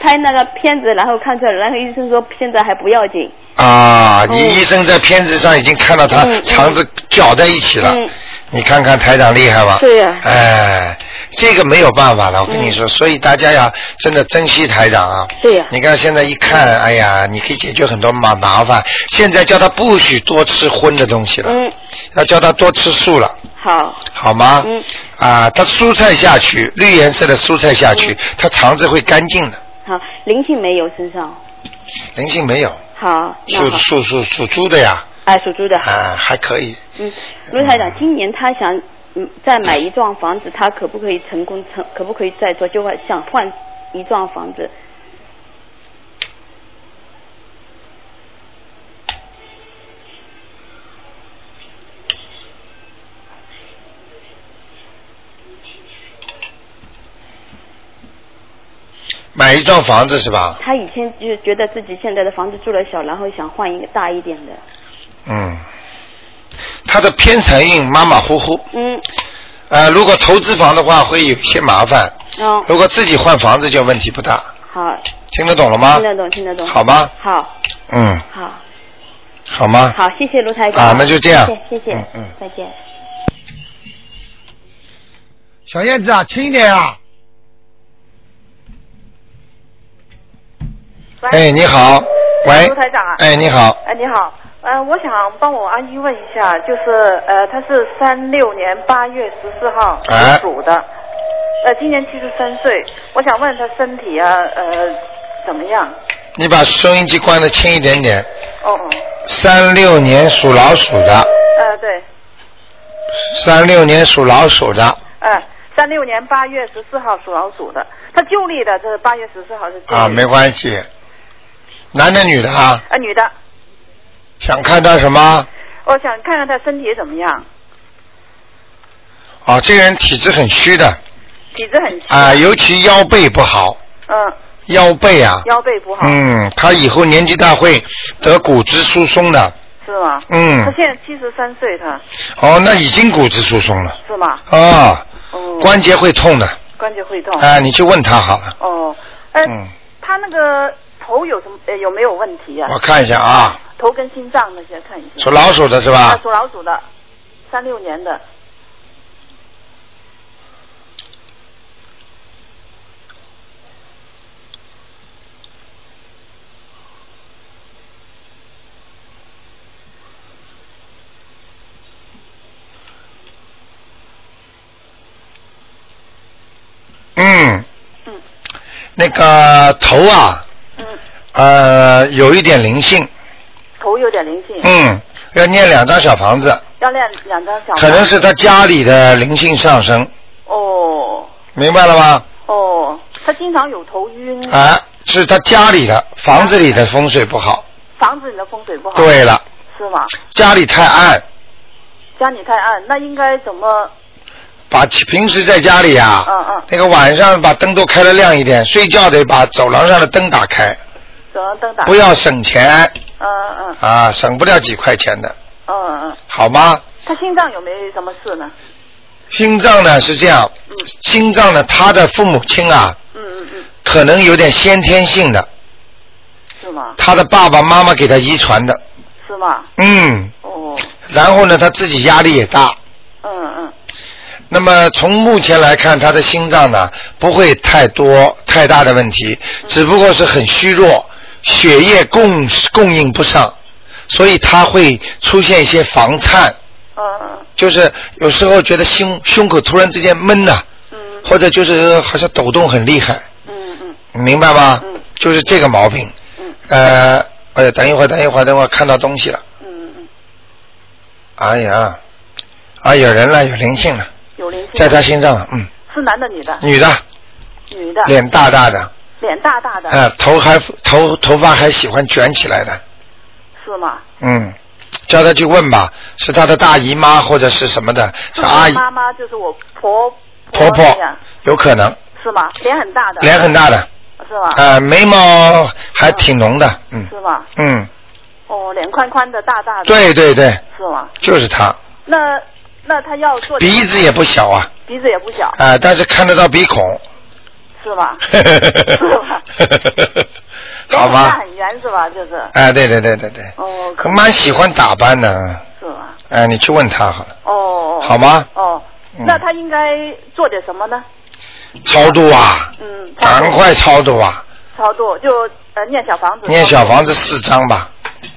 Speaker 3: 拍那个片子，然后看出来，然后医生说现在还不要紧。
Speaker 1: 啊，你
Speaker 3: 嗯
Speaker 1: 医生在片子上已经看到他
Speaker 3: 嗯嗯
Speaker 1: 肠子搅在一起了
Speaker 3: 嗯，
Speaker 1: 你看看台长厉害吧？
Speaker 5: 对呀
Speaker 1: 哎，这个没有办法的，我跟你说，所以大家要真的珍惜台长啊。
Speaker 5: 对呀
Speaker 1: 你看现在一看，哎呀，你可以解决很多麻麻烦。现在叫他不许多吃荤的东西了，
Speaker 5: 嗯，
Speaker 1: 要叫他多吃素了。
Speaker 5: 好，
Speaker 1: 好吗？
Speaker 5: 嗯。
Speaker 1: 啊，他蔬菜下去，绿颜色的蔬菜下去，他肠子会干净的，
Speaker 5: 好，灵性没有身上，
Speaker 1: 灵性没有。
Speaker 5: 好，
Speaker 1: 属
Speaker 5: 那好，
Speaker 1: 属属属猪的呀，
Speaker 5: 哎，属猪的，
Speaker 3: 嗯
Speaker 1: 啊，还可以。
Speaker 5: 嗯，卢台长，今年他想嗯再买一幢房子，他可不可以成功成？可不可以再做？就换想换一幢房子，
Speaker 1: 买一幢房子是吧？
Speaker 5: 他以前就是觉得自己现在的房子住的小，然后想换一个大一点的，
Speaker 1: 嗯。他的偏财运马马虎虎，
Speaker 5: 嗯，
Speaker 1: 呃，如果投资房的话会有些麻烦，
Speaker 5: 哦，
Speaker 1: 如果自己换房子就问题不大，
Speaker 5: 好，
Speaker 1: 听得懂了吗
Speaker 5: 听？得懂，听得懂，
Speaker 1: 好吗？
Speaker 5: 好，
Speaker 1: 嗯，
Speaker 5: 好，
Speaker 1: 好吗？
Speaker 5: 好，谢谢卢台长，
Speaker 1: 啊，那就这样。
Speaker 5: 谢谢，谢
Speaker 1: 嗯
Speaker 5: 谢，
Speaker 1: 嗯。
Speaker 5: 再见。
Speaker 1: 小燕子啊，轻一点啊。
Speaker 6: 喂
Speaker 1: 哎，你好，喂。
Speaker 6: 卢台长啊
Speaker 1: 哎，你好，
Speaker 6: 哎，你好，呃，我想帮我阿姨问一下，就是呃，她是三六年八月十四号
Speaker 1: 哎
Speaker 6: 属鼠的，呃，今年七十三岁，我想问她身体啊，呃，怎么样？
Speaker 1: 你把收音机关的轻一点点。
Speaker 6: 哦哦，
Speaker 1: 三六年属老鼠的，
Speaker 6: 呃，对，
Speaker 1: 三六年属老鼠的，
Speaker 6: 呃，三六年八月十四号属老鼠的，她旧历的，这是八月十四号是旧历
Speaker 1: 啊，没关系。男的女的啊？
Speaker 6: 呃，女的，
Speaker 1: 想看到什么？
Speaker 6: 我想看看她身体怎么样，
Speaker 1: 啊，这个人体质很虚的
Speaker 6: 体质很虚，
Speaker 1: 啊，尤其腰背不好，
Speaker 6: 嗯、
Speaker 1: 腰背啊，
Speaker 6: 腰背不好，
Speaker 1: 嗯，他以后年纪大会得骨质疏松的，
Speaker 6: 是吗？
Speaker 1: 嗯
Speaker 6: 她现在七十三岁，她
Speaker 1: 哦，那已经骨质疏松了
Speaker 6: 是吗？
Speaker 1: 啊，
Speaker 6: 哦，
Speaker 1: 关节会痛的，
Speaker 6: 关节会痛。
Speaker 1: 啊，你去问他好了，
Speaker 6: 哦，呃，
Speaker 1: 嗯，
Speaker 6: 他那个头有什么呃有没有问题啊？
Speaker 1: 我看一下啊，
Speaker 6: 头跟心脏那些看一下。
Speaker 1: 属老鼠的是
Speaker 6: 啊，
Speaker 1: 吧？
Speaker 6: 属老鼠的，三六年的。
Speaker 1: 嗯
Speaker 6: 嗯，
Speaker 1: 那个头啊，
Speaker 6: 嗯，
Speaker 1: 呃，有一点灵性，
Speaker 6: 头有点灵性，
Speaker 1: 嗯，要念两张小房子，
Speaker 6: 要练两张小。
Speaker 1: 可能是他家里的灵性上升，
Speaker 6: 哦
Speaker 1: 明白了吗？
Speaker 6: 哦，他经常有头晕，
Speaker 1: 啊，是他家里的房子里的风水不好。
Speaker 6: 房子里的风水不好，
Speaker 1: 对了，
Speaker 6: 是吗？
Speaker 1: 家里太暗，
Speaker 6: 家里太暗，那应该怎么？
Speaker 1: 把平时在家里啊，
Speaker 6: 嗯嗯
Speaker 1: 那个晚上把灯都开的亮一点，睡觉得把走廊上的灯打开，
Speaker 6: 怎么灯打？
Speaker 1: 不要省钱
Speaker 6: 嗯嗯
Speaker 1: 啊，省不了几块钱的，
Speaker 6: 嗯嗯，
Speaker 1: 好吗？
Speaker 6: 他心脏有没有什么事呢？
Speaker 1: 心脏呢是这样，
Speaker 6: 嗯
Speaker 1: 心脏呢他的父母亲啊，
Speaker 6: 嗯嗯嗯，
Speaker 1: 可能有点先天性的，
Speaker 6: 是吗？
Speaker 1: 他的爸爸妈妈给他遗传的，
Speaker 6: 是吗？
Speaker 1: 嗯，
Speaker 6: 哦，
Speaker 1: 然后呢他自己压力也大，
Speaker 6: 嗯嗯
Speaker 1: 那么从目前来看，他的心脏呢不会太多太大的问题，只不过是很虚弱，血液供供应不上，所以他会出现一些房颤，
Speaker 6: 嗯
Speaker 1: 就是有时候觉得胸胸口突然之间闷呐、
Speaker 6: 嗯
Speaker 1: 或者就是好像抖动很厉害，
Speaker 6: 嗯嗯
Speaker 1: 你明白吗
Speaker 6: 嗯？
Speaker 1: 就是这个毛病。
Speaker 6: 嗯
Speaker 1: 呃，哎呀，等一会儿，等一会儿，等一会儿看到东西了，
Speaker 6: 嗯嗯，
Speaker 1: 哎呀，啊，有人了，有灵性了，
Speaker 6: 有灵性。
Speaker 1: 在他心脏了，嗯，
Speaker 6: 是男的女的？
Speaker 1: 女的，
Speaker 6: 女的。
Speaker 1: 脸大大的。
Speaker 6: 脸大大的。
Speaker 1: 啊，头还头头发还喜欢卷起来的，
Speaker 6: 是吗？
Speaker 1: 嗯，叫他去问吧，是他的大姨妈或者是什么的，
Speaker 6: 就是是
Speaker 1: 阿姨
Speaker 6: 妈妈就是我婆
Speaker 1: 婆
Speaker 6: 那
Speaker 1: 婆
Speaker 6: 样，
Speaker 1: 有可能，
Speaker 6: 是吗？脸很大的。
Speaker 1: 脸很大的，
Speaker 6: 是吧？
Speaker 1: 啊、眉毛还挺浓的，嗯
Speaker 6: 是吗？
Speaker 1: 嗯，
Speaker 6: 哦，脸宽宽的，大大的。。
Speaker 1: 对对对，
Speaker 6: 是吗？
Speaker 1: 就是他，
Speaker 6: 那那他要做
Speaker 1: 鼻子也不小啊，
Speaker 6: 鼻子也不小，
Speaker 1: 啊、但是看得到鼻 孔，
Speaker 6: 是吧？吧
Speaker 1: 好
Speaker 6: 脸很大
Speaker 1: 吧，
Speaker 6: 很圆是吧？就是。
Speaker 1: 哎、对对对对对，
Speaker 6: 哦，可
Speaker 1: 蛮喜欢打扮的，
Speaker 6: 是吧？
Speaker 1: 哎，你去问他好了，
Speaker 6: 哦。
Speaker 1: 好吗？
Speaker 6: 哦，
Speaker 1: 嗯
Speaker 6: 那他应该做点什么呢？
Speaker 1: 超度啊，
Speaker 6: 嗯，超
Speaker 1: 赶
Speaker 6: 度
Speaker 1: 快超度啊，
Speaker 6: 超度就呃念小房子，
Speaker 1: 念小房子四张吧，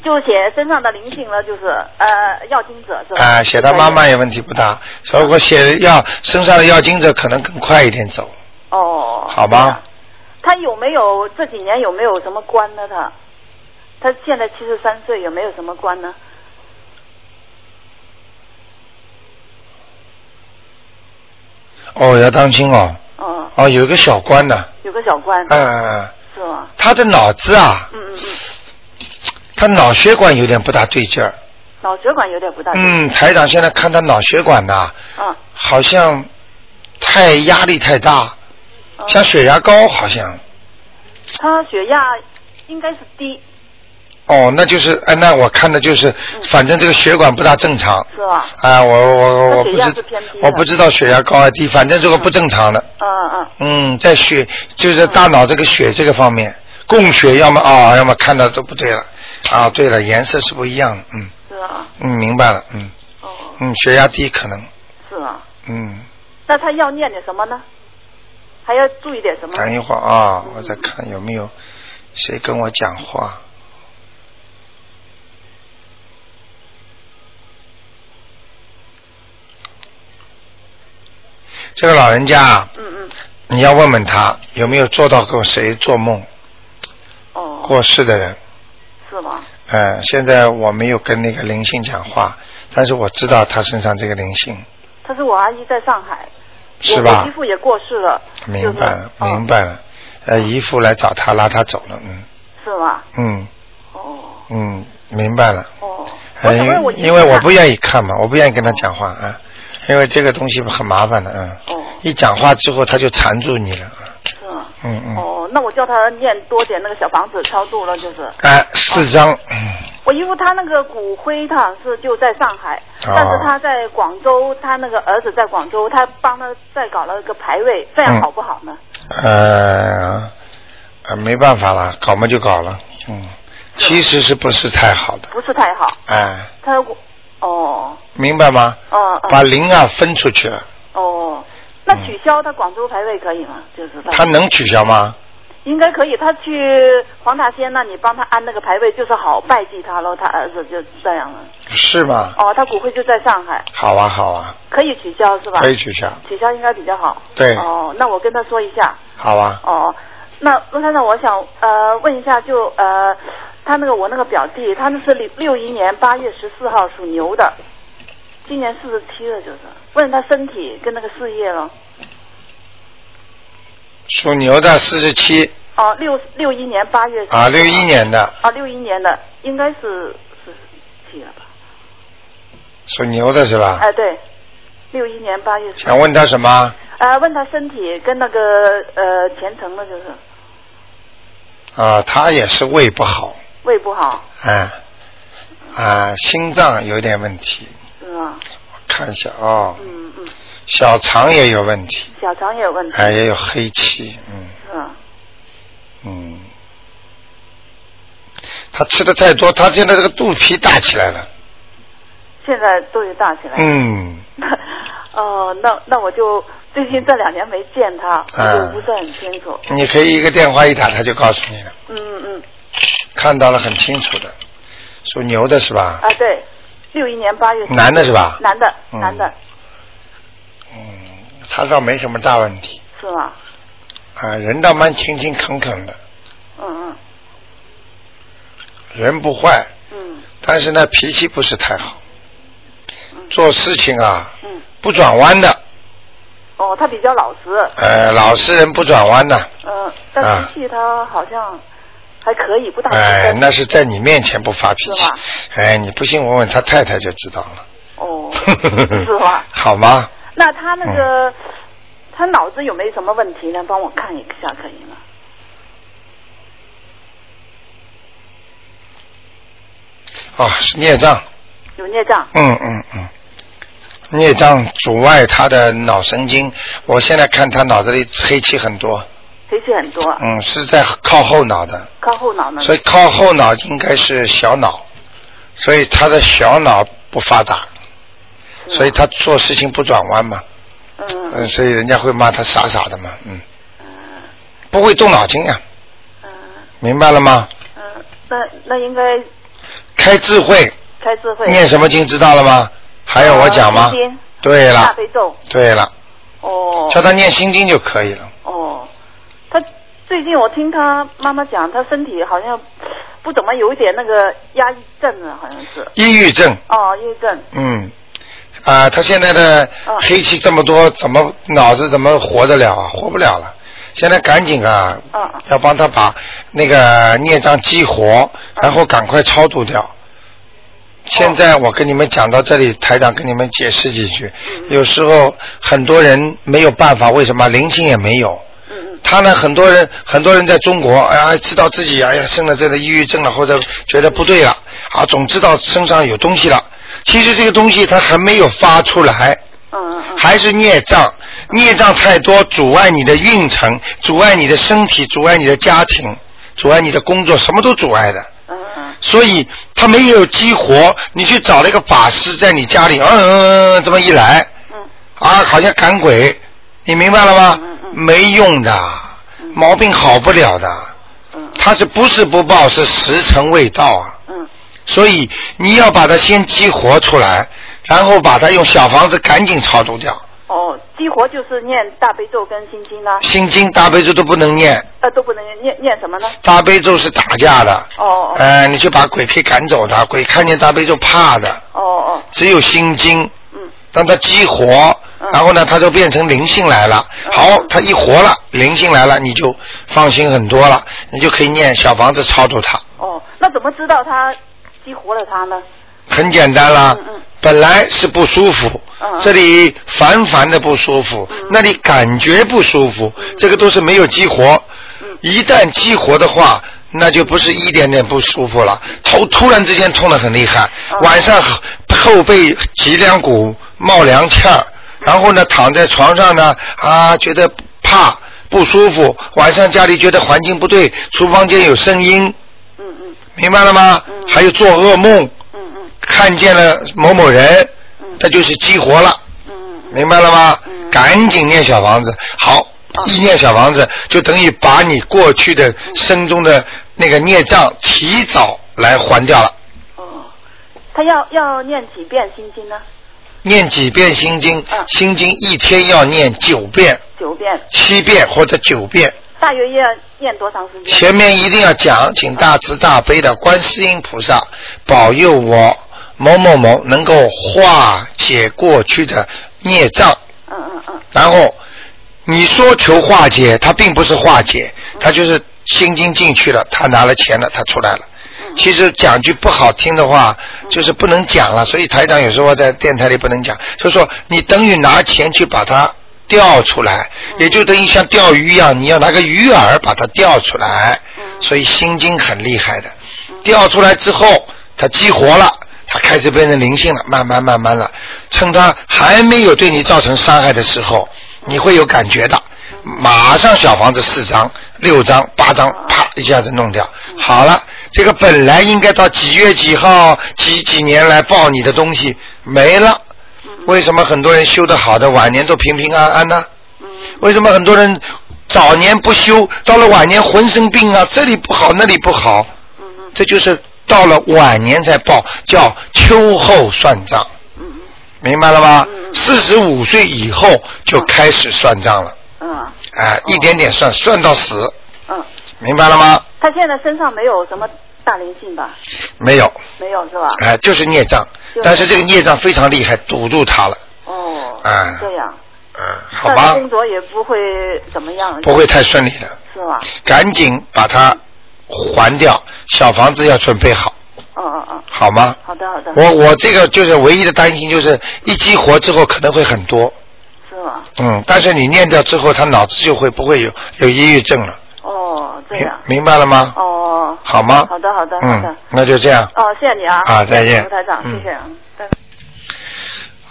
Speaker 6: 就写身上的灵性了，就是呃要经者是吧？
Speaker 1: 啊，写他妈妈也问题不大，如果写要身上的要经者可能更快一点走，
Speaker 6: 哦，
Speaker 1: 好吧？
Speaker 6: 他有没有这几年有没有什么关呢？他他现在七十三岁，有没有什么关呢？
Speaker 1: 哦，要当心哦，
Speaker 6: 哦，
Speaker 1: 哦，有一个小官呢，
Speaker 6: 有个小关、
Speaker 1: 嗯、嗯
Speaker 6: 是吧？
Speaker 1: 他的脑子啊，
Speaker 6: 嗯嗯嗯，
Speaker 1: 他脑血管有点不大对劲儿，
Speaker 6: 脑血管有点不大。
Speaker 1: 嗯，台长现在看他脑血管呐、
Speaker 6: 啊，
Speaker 1: 好像太压力太大，
Speaker 6: 哦
Speaker 1: 像血压高好像。
Speaker 6: 他血压应该是低，
Speaker 1: 哦，那就是哎，那我看的就是，反正这个血管不大正常。
Speaker 6: 是吧？
Speaker 1: 啊，我我我我
Speaker 6: 那
Speaker 1: 不
Speaker 6: 血压
Speaker 1: 知
Speaker 6: 是偏低的
Speaker 1: 我不知道血压高还低，反正这个不正常的。
Speaker 6: 嗯嗯
Speaker 1: 嗯，在血就是大脑这个血这个方面，供血要么啊、要么看到都不对了。啊，对了，颜色是不一样的。嗯
Speaker 6: 是吧？
Speaker 1: 嗯，明白了。嗯
Speaker 6: 哦，
Speaker 1: 嗯，血压低可能。
Speaker 6: 是啊。
Speaker 1: 嗯，
Speaker 6: 那他要念点什么呢？还要注意点什么？
Speaker 1: 等一会儿啊，我再看有没有谁跟我讲话。这个老人家啊，
Speaker 6: 嗯嗯，
Speaker 1: 你要问问他有没有做到过谁做梦
Speaker 6: 哦，
Speaker 1: 过世的人。
Speaker 6: 是吗？
Speaker 1: 嗯，现在我没有跟那个灵性讲话，但是我知道他身上这个灵性
Speaker 6: 他是我阿姨在上海，
Speaker 1: 是
Speaker 6: 我我
Speaker 1: 吧
Speaker 6: 姨？父也过世了，
Speaker 1: 明白了，
Speaker 6: 就是哦
Speaker 1: 明白了。呃，姨父来找他，拉他走了。嗯
Speaker 6: 是吗？
Speaker 1: 嗯
Speaker 6: 哦
Speaker 1: 嗯，明白了。
Speaker 6: 哦，我
Speaker 1: 呃
Speaker 6: 想问我
Speaker 1: 因因为我不
Speaker 6: 要
Speaker 1: 愿意看嘛，我不愿意跟他讲话啊，因为这个东西很麻烦的，嗯，
Speaker 6: 哦
Speaker 1: 一讲话之后他就缠住你了，
Speaker 6: 是吗？
Speaker 1: 嗯嗯，
Speaker 6: 哦，那我叫他念多点那个小房子超度了，就是
Speaker 1: 哎，四张，嗯
Speaker 6: 我姨夫他那个骨灰他好像是就在上海，
Speaker 1: 哦
Speaker 6: 但是他在广州，他那个儿子在广州，他帮他再搞了个牌位，这样
Speaker 1: 嗯
Speaker 6: 好不好呢？
Speaker 1: 呃，呃，没办法了，搞嘛就搞了，嗯，其实是不是太好的，
Speaker 6: 不是太好，
Speaker 1: 哎，
Speaker 6: 他哦哦
Speaker 1: 明白吗？
Speaker 6: 哦
Speaker 1: 把灵啊分出去了，
Speaker 6: 哦，那取消他广州牌位可以吗？就是
Speaker 1: 他能取消吗？
Speaker 6: 应该可以，他去黄大仙那里帮他安那个牌位，就是好拜祭他喽。他儿子就这样了。
Speaker 1: 是吗？
Speaker 6: 哦，他骨灰就在上海，
Speaker 1: 好啊，好啊，
Speaker 6: 可以取消是吧？
Speaker 1: 可以取消，
Speaker 6: 取消应该比较好。
Speaker 1: 对
Speaker 6: 哦，那我跟他说一下。
Speaker 1: 好啊，
Speaker 6: 哦，那陆先生，我想呃问一下就，呃他那个我那个表弟，他那是六六一年八月十四号属牛的，今年四十七了，就是问他身体跟那个事业了。
Speaker 1: 属牛的四十七
Speaker 6: 哦，六六一年八月14
Speaker 1: 啊，六一年的
Speaker 6: 啊，六一年的应该是四十七了吧？
Speaker 1: 属牛的是吧？
Speaker 6: 哎，对，六一年八月14
Speaker 1: 想问他什么？
Speaker 6: 呃，问他身体跟那个呃前程了，就是
Speaker 1: 啊，他也是胃不好，
Speaker 6: 胃不好，
Speaker 1: 啊啊，心脏有点问题，
Speaker 6: 是吗？
Speaker 1: 我看一下哦，
Speaker 6: 嗯嗯，
Speaker 1: 小肠也有问题，
Speaker 6: 小肠也有问题，
Speaker 1: 哎、也有黑气，嗯
Speaker 6: 是吧？
Speaker 1: 嗯，他吃的太多，他现在这个肚皮大起来了，
Speaker 6: 现在肚子大起来。
Speaker 1: 嗯，
Speaker 6: 哦，那那我就最近这两年没见他，我
Speaker 1: 嗯
Speaker 6: 就不是很清楚。
Speaker 1: 你可以一个电话一打，他就告诉你了，
Speaker 6: 嗯嗯，
Speaker 1: 看到了很清楚的，属牛的是吧？
Speaker 6: 啊对，六一年八月。
Speaker 1: 男的是吧
Speaker 6: 男的，
Speaker 1: 嗯
Speaker 6: 男的，
Speaker 1: 嗯，他倒没什么大问题，
Speaker 6: 是吧？
Speaker 1: 啊，人倒蛮勤勤恳恳的，
Speaker 6: 嗯
Speaker 1: 人不坏，
Speaker 6: 嗯
Speaker 1: 但是呢，脾气不是太好
Speaker 6: 嗯，
Speaker 1: 做事情啊
Speaker 6: 嗯嗯，
Speaker 1: 不转弯的，
Speaker 6: 哦，他比较老实，
Speaker 1: 呃，老实人不转弯的，
Speaker 6: 嗯、但脾气他好像还可以，不大
Speaker 1: 啊哎，
Speaker 6: 急
Speaker 1: 那是在你面前不发脾
Speaker 6: 是
Speaker 1: 气
Speaker 6: 吧，
Speaker 1: 哎，你不信问问他太太就知道了，
Speaker 6: 哦，是吧？
Speaker 1: 好吗？
Speaker 6: 那他那个、
Speaker 1: 嗯
Speaker 6: 他脑子有没有什么问题呢？帮我看一下可以吗？
Speaker 1: 哦，是孽障，
Speaker 6: 有孽障，
Speaker 1: 嗯嗯嗯，孽障阻碍他的脑神经，我现在看他脑子里黑气很多，
Speaker 6: 脾气很多，
Speaker 1: 嗯，是在靠后脑的，
Speaker 6: 靠后脑呢？
Speaker 1: 所以靠后脑应该是小脑，所以他的小脑不发达，所以他做事情不转弯嘛，
Speaker 6: 嗯
Speaker 1: 嗯，所以人家会骂他傻傻的嘛，嗯，不会动脑筋呀、
Speaker 6: 嗯
Speaker 1: 明白了吗？
Speaker 6: 嗯，那那应该
Speaker 1: 开智慧，
Speaker 6: 开智慧。
Speaker 1: 念什么经知道了吗？还要我讲吗
Speaker 6: 呃？心经
Speaker 1: 对
Speaker 6: 大
Speaker 1: 了，
Speaker 6: 悲咒。
Speaker 1: 对了，
Speaker 6: 哦。
Speaker 1: 叫他念心经就可以了。
Speaker 6: 哦，他最近我听他妈妈讲，他身体好像不怎么有一点那个压抑症了，好像是。
Speaker 1: 抑郁症，
Speaker 6: 哦，抑郁症。
Speaker 1: 嗯，啊、他现在的
Speaker 6: 嗯
Speaker 1: 黑气这么多，怎么脑子怎么活得了啊？活不了了。现在赶紧啊，
Speaker 6: 嗯嗯
Speaker 1: 要帮他把那个孽障激
Speaker 6: 哦
Speaker 1: 活，然后赶快超度掉。现在我跟你们讲到这里，台长跟你们解释几句。有时候很多人没有办法，为什么灵性也没有？
Speaker 6: 嗯
Speaker 1: 他呢，很多人很多人在中国，哎呀，知道自己哎呀生了这个抑郁症了，或者觉得不对了，啊，总知道身上有东西了。其实这个东西它还没有发出来，
Speaker 6: 嗯嗯嗯
Speaker 1: 还是孽障，孽障太多，阻碍你的运程，阻碍你的身体，阻碍你的家庭，阻碍你的工作，什么都阻碍的。
Speaker 6: 嗯嗯
Speaker 1: 所以他没有激活，你去找了一个法师在你家里，嗯嗯嗯，这么一来，
Speaker 6: 嗯
Speaker 1: 啊，好像赶鬼，你明白了吗？
Speaker 6: 嗯嗯
Speaker 1: 没用的，毛病好不了的，
Speaker 6: 嗯
Speaker 1: 他是不是不报是时辰未到啊，
Speaker 6: 嗯
Speaker 1: 所以你要把它先激活出来，然后把它用小房子赶紧超度掉，
Speaker 6: 哦，激活就是念大悲咒跟心经呢，
Speaker 1: 心经大悲咒都不能念，
Speaker 6: 呃都不能念念什么呢？
Speaker 1: 大悲咒是打架的，
Speaker 6: 哦哦
Speaker 1: 呃，你就把鬼可以赶走的，鬼看见大悲咒怕的，
Speaker 6: 哦哦，
Speaker 1: 只有心经。
Speaker 6: 嗯
Speaker 1: 让它激活
Speaker 6: 嗯，
Speaker 1: 然后呢，它就变成灵性来了。
Speaker 6: 嗯
Speaker 1: 好，它一活了，灵性来了，你就放心很多了，你就可以念小房子超度它，
Speaker 6: 哦，那怎么知道他激活了他呢？
Speaker 1: 很简单啦
Speaker 6: 嗯嗯。
Speaker 1: 本来是不舒服
Speaker 6: 嗯，
Speaker 1: 这里烦烦的不舒服，那里感觉不舒服，
Speaker 6: 嗯
Speaker 1: 这个都是没有激活。一旦激活的话。那就不是一点点不舒服了，头突然之间痛得很厉害，
Speaker 6: 嗯
Speaker 1: 晚上后后背脊梁骨冒凉气
Speaker 6: 嗯
Speaker 1: 儿，然后呢，躺在床上呢，啊，觉得怕不舒服，晚上家里觉得环境不对，厨房间有声音，
Speaker 6: 嗯嗯
Speaker 1: 明白了吗？还有做噩梦，
Speaker 6: 嗯嗯
Speaker 1: 看见了某某人，那就是激活了，
Speaker 6: 嗯嗯哦
Speaker 1: 明白了吗？赶紧念小房子，好，一念小房子就等于把你过去的生中的那个孽障提早来还掉了。
Speaker 6: 哦，他要要念几遍心经呢？
Speaker 1: 念几遍心经
Speaker 6: 嗯，
Speaker 1: 心经一天要念九遍、
Speaker 6: 九遍，
Speaker 1: 七遍或者九遍。
Speaker 6: 大约要念多长时间？
Speaker 1: 前面一定要讲，请大慈大悲的观世音菩萨保佑我某某某能够化解过去的孽障。
Speaker 6: 嗯嗯嗯
Speaker 1: 然后你说求化解，它并不是化解，它就是心经进去了，他拿了钱了，他出来了。
Speaker 6: 嗯
Speaker 1: 其实讲句不好听的话，就是不能讲了。所以台长有时候在电台里不能讲，就说你等于拿钱去把它钓出来，也就等于像钓鱼一样，你要拿个鱼饵把它钓出来。所以心经很厉害的，钓出来之后，它激活了。它开始变成灵性了，慢慢慢慢了。趁它还没有对你造成伤害的时候，你会有感觉的。马上小房子四张、六张、八张，啪一下子弄掉。好了，这个本来应该到几月几号、几几年来报你的东西没了。
Speaker 6: 嗯
Speaker 1: 为什么很多人修得好的晚年都平平安安呢？
Speaker 6: 嗯
Speaker 1: 为什么很多人早年不修，到了晚年浑身病啊，这里不好那里不好？
Speaker 6: 嗯
Speaker 1: 这就是到了晚年才报，叫秋后算账，
Speaker 6: 嗯
Speaker 1: 明白了吗？四十五岁以后就开始算账了，
Speaker 6: 嗯
Speaker 1: 哎、一点点算，算到死，
Speaker 6: 嗯，
Speaker 1: 明白了吗？
Speaker 6: 他现在身上没有什么大灵性吧？
Speaker 1: 没有，
Speaker 6: 没有是吧？
Speaker 1: 哎、就是孽障
Speaker 6: 就是，
Speaker 1: 但是这个孽障非常厉害，堵住他了，
Speaker 6: 哦，
Speaker 1: 哎
Speaker 6: 这样，
Speaker 1: 嗯、好
Speaker 6: 但是
Speaker 1: 吧，
Speaker 6: 工作也不会怎么样，
Speaker 1: 不会太顺利的，
Speaker 6: 是吧？
Speaker 1: 赶紧把它还掉，小房子要准备好，
Speaker 6: 嗯嗯嗯，
Speaker 1: 好吗？
Speaker 6: 好的好的，
Speaker 1: 我我这个就是唯一的担心，就是一激活之后可能会很多，
Speaker 6: 是吧？
Speaker 1: 嗯，但是你念掉之后，他脑子就会不会有有抑郁症了，
Speaker 6: 哦，这
Speaker 1: 明
Speaker 6: 样，
Speaker 1: 明白了吗？
Speaker 6: 哦，
Speaker 1: 好吗？
Speaker 6: 好的好的好
Speaker 1: 嗯
Speaker 6: 的，，
Speaker 1: 那就这样。
Speaker 6: 哦，谢谢你啊，
Speaker 1: 啊再见
Speaker 6: 卢台长，
Speaker 1: 嗯
Speaker 6: 谢谢，嗯再见。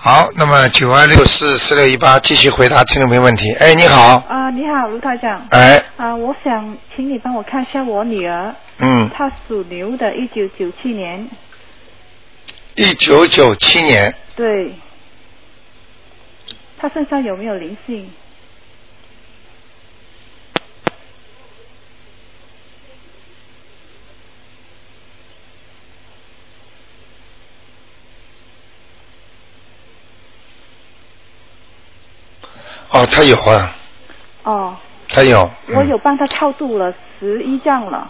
Speaker 1: 好，那么九二六四四六一八继续回答听众朋友问题。哎，你好，
Speaker 7: 啊，你好，卢台长。
Speaker 1: 哎，
Speaker 7: 啊，我想请你帮我看一下我女儿，
Speaker 1: 嗯，
Speaker 7: 她属牛的，一九九七年。
Speaker 1: 一九九七年，
Speaker 7: 对，她身上有没有灵性？
Speaker 1: 哦，他有啊，
Speaker 7: 哦，
Speaker 1: 他有。嗯
Speaker 7: 我有帮她超度了十一张了。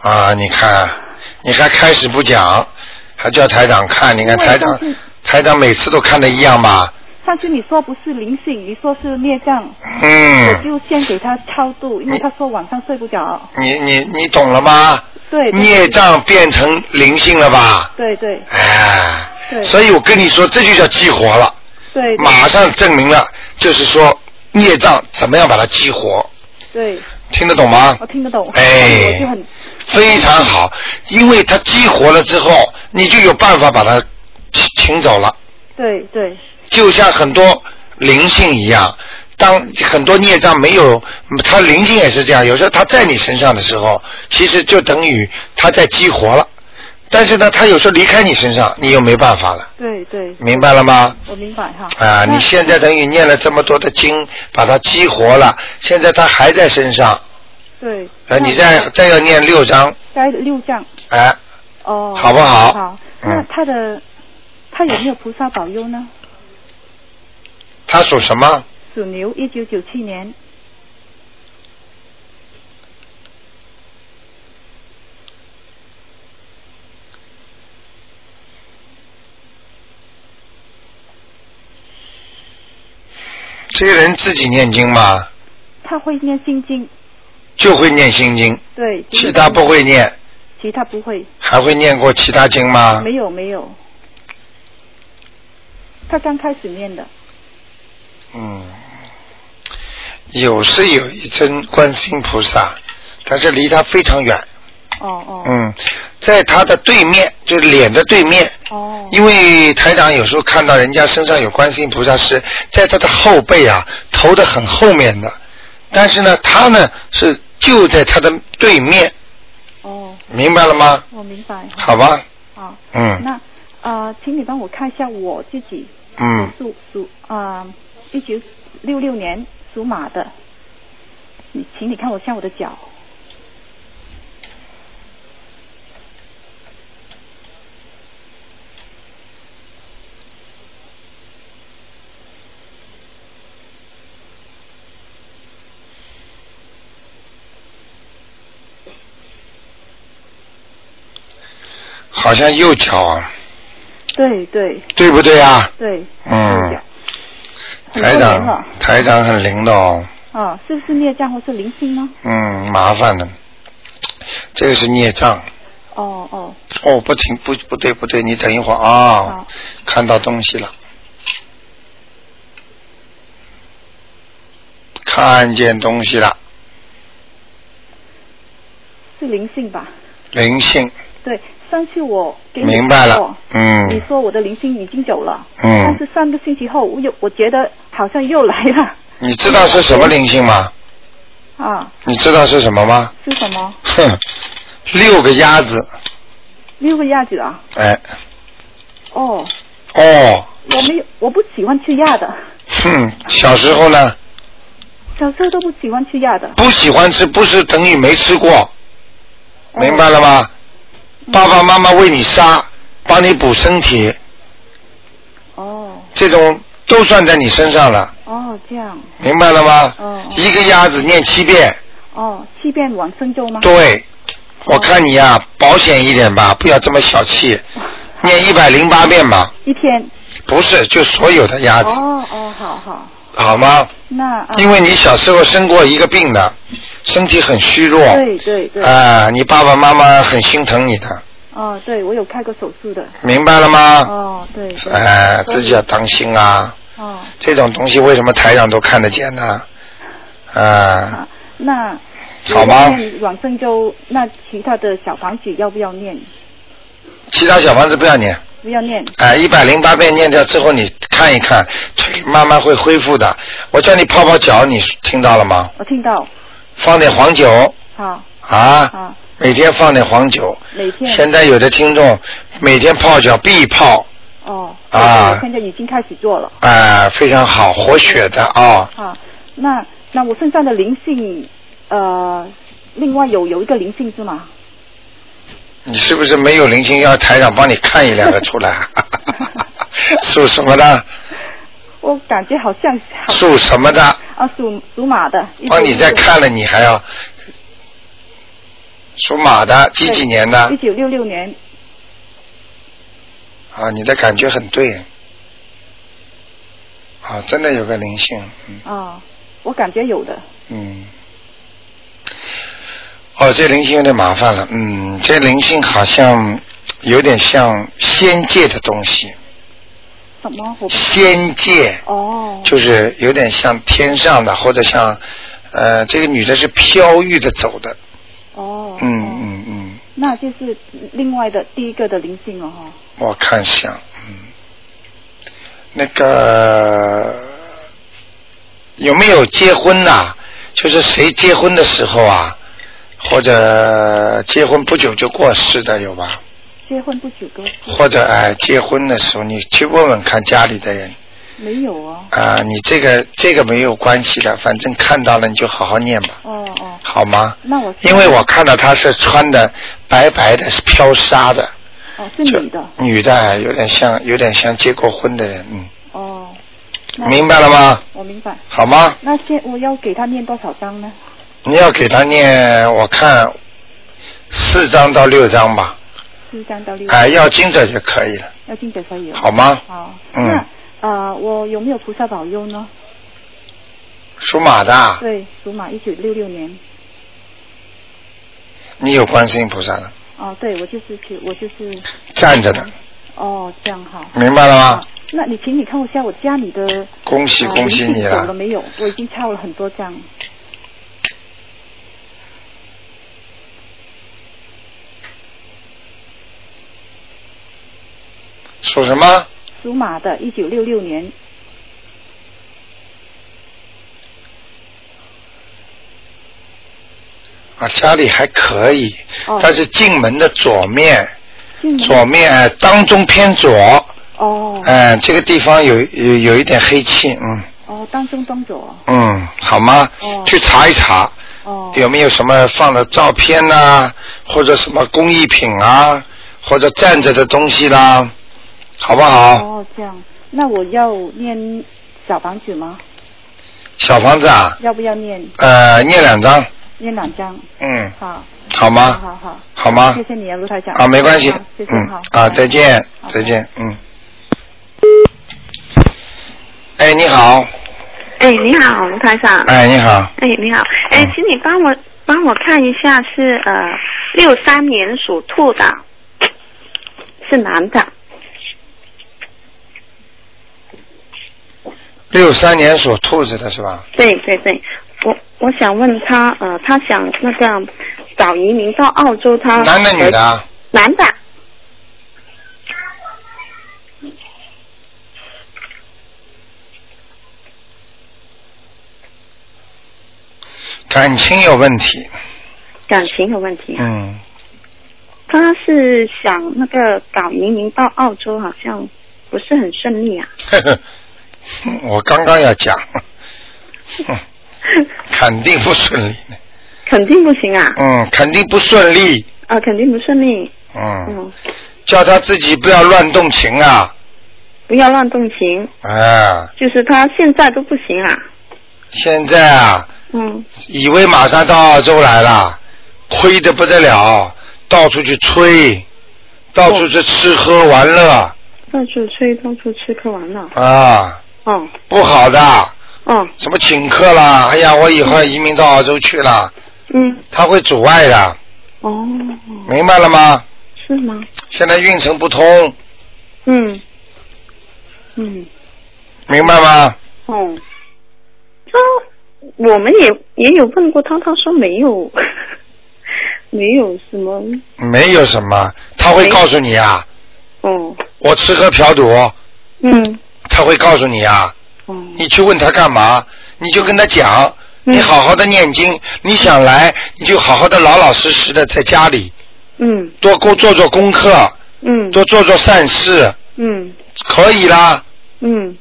Speaker 1: 啊，你看，你还开始不讲，还叫台长看，你看
Speaker 7: 对
Speaker 1: 台长
Speaker 7: 上次，
Speaker 1: 台长每次都看的一样吧？
Speaker 7: 上次你说不是灵性，你说是孽障，我
Speaker 1: 嗯，
Speaker 7: 就先给她超度，因为
Speaker 1: 你
Speaker 7: 她说晚上睡不着。
Speaker 1: 你你你懂了吗？
Speaker 7: 对，对
Speaker 1: 孽障变成灵性了吧？
Speaker 7: 对对
Speaker 1: 哎，
Speaker 7: 对
Speaker 1: 所以我跟你说，这就叫激活了，
Speaker 7: 对对
Speaker 1: 马上证明了，就是说孽障怎么样把它激活，
Speaker 7: 对，
Speaker 1: 听得懂吗？
Speaker 7: 我听得懂，
Speaker 1: 哎
Speaker 7: 我就很
Speaker 1: 非常好，因为它激活了之后，你就有办法把它请请走了。
Speaker 7: 对对
Speaker 1: 就像很多灵性一样，当很多孽障没有，它灵性也是这样。有时候它在你身上的时候，其实就等于它在激活了。但是呢，它有时候离开你身上，你又没办法了，
Speaker 7: 对对，
Speaker 1: 明白了吗？
Speaker 7: 我明白哈。
Speaker 1: 啊，
Speaker 7: 那
Speaker 1: 你现在等于念了这么多的经，把它激活了，现在它还在身上，
Speaker 7: 对，
Speaker 1: 呃，
Speaker 7: 那
Speaker 1: 你再再要念六章，
Speaker 7: 该六项
Speaker 1: 哎、
Speaker 7: 哦，
Speaker 1: 好不好
Speaker 7: 好，
Speaker 1: 嗯
Speaker 7: 那他的他有没有菩萨保佑呢？
Speaker 1: 它属什么？
Speaker 7: 属牛，一九九七年，
Speaker 1: 这个人自己念经嘛，
Speaker 7: 他会念心经，
Speaker 1: 就会念心经，
Speaker 7: 对，
Speaker 1: 其他不会念，
Speaker 7: 其他不会，
Speaker 1: 还会念过其他经吗？
Speaker 7: 没有没有，他刚开始念的，
Speaker 1: 嗯，有是有一尊观世音菩萨，但是离他非常远。
Speaker 7: 哦哦
Speaker 1: 嗯，在他的对面，就是脸的对面。
Speaker 7: 哦，
Speaker 1: 因为台长有时候看到人家身上有观世音菩萨是在他的后背啊，头的很后面的，但是呢，他呢是就在他的对面，
Speaker 7: 哦，
Speaker 1: 明白了吗？
Speaker 7: 我明白，
Speaker 1: 好吧，
Speaker 7: 好，
Speaker 1: 嗯
Speaker 7: 那呃，请你帮我看一下我自己
Speaker 1: 嗯，
Speaker 7: 属属啊，一九六六年属马的，你请你看我下我的脚。
Speaker 1: 好像右脚啊，
Speaker 7: 对对
Speaker 1: 对不对啊？
Speaker 7: 对，
Speaker 1: 嗯，
Speaker 7: 很哦多
Speaker 1: 台
Speaker 7: 年
Speaker 1: 长
Speaker 7: 了
Speaker 1: 台长很灵的哦。
Speaker 7: 啊，是不是孽障或是灵性呢？
Speaker 1: 嗯，麻烦了，这个是孽障。
Speaker 7: 哦哦，
Speaker 1: 哦，不停，不不对不对，你等一会儿啊、
Speaker 7: 好
Speaker 1: 看到东西了，看见东西了，
Speaker 7: 是灵性吧？
Speaker 1: 灵性，
Speaker 7: 对，上次我给你
Speaker 1: 明白
Speaker 7: 看过
Speaker 1: 了，
Speaker 7: 哦你
Speaker 1: 嗯
Speaker 7: 说我的灵性已经走了，但
Speaker 1: 嗯，
Speaker 7: 是上个星期后，我又我觉得好像又来了
Speaker 1: 你知道是什么灵性吗？
Speaker 7: 啊，
Speaker 1: 你知道是什么吗？
Speaker 7: 是什么？
Speaker 1: 哼，六个鸭子，
Speaker 7: 六个鸭子啊？
Speaker 1: 哎，
Speaker 7: 哦，
Speaker 1: 哦，
Speaker 7: 我没有，我不喜欢吃鸭的，
Speaker 1: 哼，小时候呢
Speaker 7: 小时候都不喜欢吃鸭的。
Speaker 1: 不喜欢吃，不是等于没吃
Speaker 7: 哦
Speaker 1: 过，明白了吗？
Speaker 7: 嗯
Speaker 1: 爸爸妈妈为你杀，帮你补身体，
Speaker 7: 哦
Speaker 1: 这种都算在你身上了，
Speaker 7: 哦，这样
Speaker 1: 明白了吗？
Speaker 7: 嗯
Speaker 1: 一个鸭子念七遍，
Speaker 7: 哦，七遍往生咒吗？
Speaker 1: 对，我看你呀、保险一点吧，不要这么小气，念一百零八遍吧，
Speaker 7: 一天。
Speaker 1: 不是，就所有的鸭子，
Speaker 7: 哦哦，好好，
Speaker 1: 好吗？
Speaker 7: 那啊，
Speaker 1: 啊因为你小时候生过一个病的，身体很虚弱，
Speaker 7: 对对对，
Speaker 1: 啊、你爸爸妈妈很心疼你的，
Speaker 7: 哦，对我有开过手术的。
Speaker 1: 明白了吗？
Speaker 7: 哦，对对。
Speaker 1: 哎、
Speaker 7: 所以
Speaker 1: 啊自己要当心啊。
Speaker 7: 哦，
Speaker 1: 这种东西为什么台上都看得见呢？啊
Speaker 7: 好，，那
Speaker 1: 嗯好吗
Speaker 7: 念往生咒，那其他的小房子要不要念？
Speaker 1: 其他小房子不要念，
Speaker 7: 不要念。
Speaker 1: 哎，一百零八遍念掉之后，你看一看，腿慢慢会恢复的。我叫你泡泡脚，你听到了吗？
Speaker 7: 我听到，
Speaker 1: 放点黄酒
Speaker 7: 好，
Speaker 1: 啊，
Speaker 7: 好，
Speaker 1: 每天放点黄酒。
Speaker 7: 每天
Speaker 1: 现在有的听众每天泡脚必泡，
Speaker 7: 哦，
Speaker 1: 啊
Speaker 7: 我现在已经开始做了。
Speaker 1: 哎，非常好，活血的啊、
Speaker 7: 啊，那那我身上的灵性，呃，另外有有一个灵性是吗？
Speaker 1: 你是不是没有灵性？要台长帮你看一两个出来？ 属什么的？
Speaker 7: 我感觉好像好
Speaker 1: 属什么的？
Speaker 7: 啊，属属马的。
Speaker 1: 帮哦你再看了，你还要属马的，几几年的
Speaker 7: 一？九六六年，
Speaker 1: 啊，你的感觉很对。啊，真的有个灵性，嗯
Speaker 7: 啊，我感觉有的。
Speaker 1: 嗯。哦，这灵性有点麻烦了，嗯，这灵性好像有点像仙界的东西，
Speaker 7: 什么？我
Speaker 1: 仙界。
Speaker 7: 哦
Speaker 1: 就是有点像天上的，或者像，呃，这个女的是飘逸的走的，
Speaker 7: 哦。
Speaker 1: 嗯
Speaker 7: 哦
Speaker 1: 嗯嗯，
Speaker 7: 那就是另外的第一个的灵性了哈。
Speaker 1: 我看像，嗯，那个有没有结婚呐、就是谁结婚的时候啊，或者结婚不久就过世的有吧？
Speaker 7: 结婚不久哥
Speaker 1: 或者哎、结婚的时候你去问问看家里的人
Speaker 7: 没有啊？
Speaker 1: 啊、你这个这个没有关系的，反正看到了你就好好念吧，
Speaker 7: 哦哦，
Speaker 1: 好吗？
Speaker 7: 那我
Speaker 1: 因为我看到她是穿的白白的，是飘纱的，
Speaker 7: 哦是女的
Speaker 1: 就女的哎有点像有点像结过婚的人，嗯，
Speaker 7: 哦。那
Speaker 1: 明白了吗？
Speaker 7: 我明白。
Speaker 1: 好吗？
Speaker 7: 那先我要给他念多少章呢？
Speaker 1: 你要给她念，我看四张到六张吧，
Speaker 7: 七章到六章，
Speaker 1: 哎，要经者就可以了，
Speaker 7: 要经者可以了。
Speaker 1: 好吗？
Speaker 7: 好，
Speaker 1: 嗯
Speaker 7: 那呃，我有没有菩萨保佑呢？
Speaker 1: 属马的啊，
Speaker 7: 对，属马，一九六六年。
Speaker 1: 你有观世音菩萨的，
Speaker 7: 哦，对，我就是去，我就是，
Speaker 1: 站着的，
Speaker 7: 哦，这样好。
Speaker 1: 明白了吗
Speaker 7: 啊？，那你请你看一下我家里的。
Speaker 1: 恭喜
Speaker 7: 啊
Speaker 1: 恭喜
Speaker 7: 灵
Speaker 1: 你
Speaker 7: 性走了
Speaker 1: 了，
Speaker 7: 没有？我已经抄了很多张。
Speaker 1: 属什么？
Speaker 7: 属马的，一九六六年，
Speaker 1: 啊，家里还可以，
Speaker 7: 哦
Speaker 1: 但是进门的左面，
Speaker 7: 进门
Speaker 1: 左面哎当中偏左，
Speaker 7: 哦
Speaker 1: 哎、这个地方有有有一点黑气，嗯
Speaker 7: 哦，当中当左
Speaker 1: 嗯，好吗？
Speaker 7: 哦
Speaker 1: 去查一查
Speaker 7: 哦
Speaker 1: 有没有什么放的照片呐、或者什么工艺品啊，或者站着的东西啦，好不好？
Speaker 7: 哦这样，那我要念小房子吗？
Speaker 1: 小房子啊，
Speaker 7: 要不要念
Speaker 1: 呃，念两张，
Speaker 7: 念两张？
Speaker 1: 嗯，
Speaker 7: 好，
Speaker 1: 好
Speaker 7: 好
Speaker 1: 吗？
Speaker 7: 好好，
Speaker 1: 好吗？
Speaker 7: 谢谢你啊，卢台长
Speaker 1: 啊，没关系
Speaker 7: 好，谢谢
Speaker 1: 嗯
Speaker 7: 好，
Speaker 1: 啊，
Speaker 7: 拜拜
Speaker 1: 再见，
Speaker 7: 好
Speaker 1: 再见，嗯。哎，你好，
Speaker 8: 哎，你好，卢台长。
Speaker 1: 哎，你好，
Speaker 8: 哎，你好，哎
Speaker 1: 嗯，
Speaker 8: 请你帮我帮我看一下是呃六三年属兔的，是男的，
Speaker 1: 六三年属兔子的是吧？
Speaker 8: 对对对，我我想问他呃，他想那个找移民到澳洲，他呃
Speaker 1: 男的女的啊？
Speaker 8: 男的，
Speaker 1: 感情有问题，
Speaker 8: 感情有问题，啊
Speaker 1: 嗯，
Speaker 8: 他是想那个搞移民到澳洲，好像不是很顺利啊。
Speaker 1: 呵呵， 我刚刚要讲，哼肯定不顺利的，
Speaker 8: 肯定不行啊！
Speaker 1: 嗯，肯定不顺利，
Speaker 8: 啊，肯定不顺利。
Speaker 1: 嗯，
Speaker 8: 嗯，
Speaker 1: 叫他自己不要乱动情啊，
Speaker 8: 不要乱动情，
Speaker 1: 啊，
Speaker 8: 就是他现在都不行啊。
Speaker 1: 现在啊，
Speaker 8: 嗯，
Speaker 1: 以为马上到澳洲来了，亏的不得了，到处去吹，到处去吃喝玩乐
Speaker 8: 到处吹，到处吃，喝玩乐。
Speaker 1: 啊，
Speaker 8: 哦
Speaker 1: 不好的，
Speaker 8: 哦，
Speaker 1: 什么请客啦，哎呀，我以后要移民到澳洲去了，
Speaker 8: 嗯，
Speaker 1: 他会阻碍的，
Speaker 8: 哦，
Speaker 1: 明白了吗？
Speaker 8: 是吗？
Speaker 1: 现在运程不通，
Speaker 8: 嗯嗯，
Speaker 1: 明白吗？
Speaker 8: 哦，他我们也也有问过他，他说没有， 没有什么。
Speaker 1: 没有什么，他会
Speaker 8: 没
Speaker 1: 告诉你啊，
Speaker 8: 哦，
Speaker 1: 我吃喝嫖赌，
Speaker 8: 嗯，
Speaker 1: 他会告诉你啊，
Speaker 8: 哦，
Speaker 1: 你去问他干嘛？你就跟他讲，
Speaker 8: 嗯
Speaker 1: 你好好的念经，你想来你就好好的老老实实的在家里
Speaker 8: 嗯
Speaker 1: 多多做做功课，
Speaker 8: 嗯，
Speaker 1: 多做做善事，
Speaker 8: 嗯
Speaker 1: 可以啦。
Speaker 8: 嗯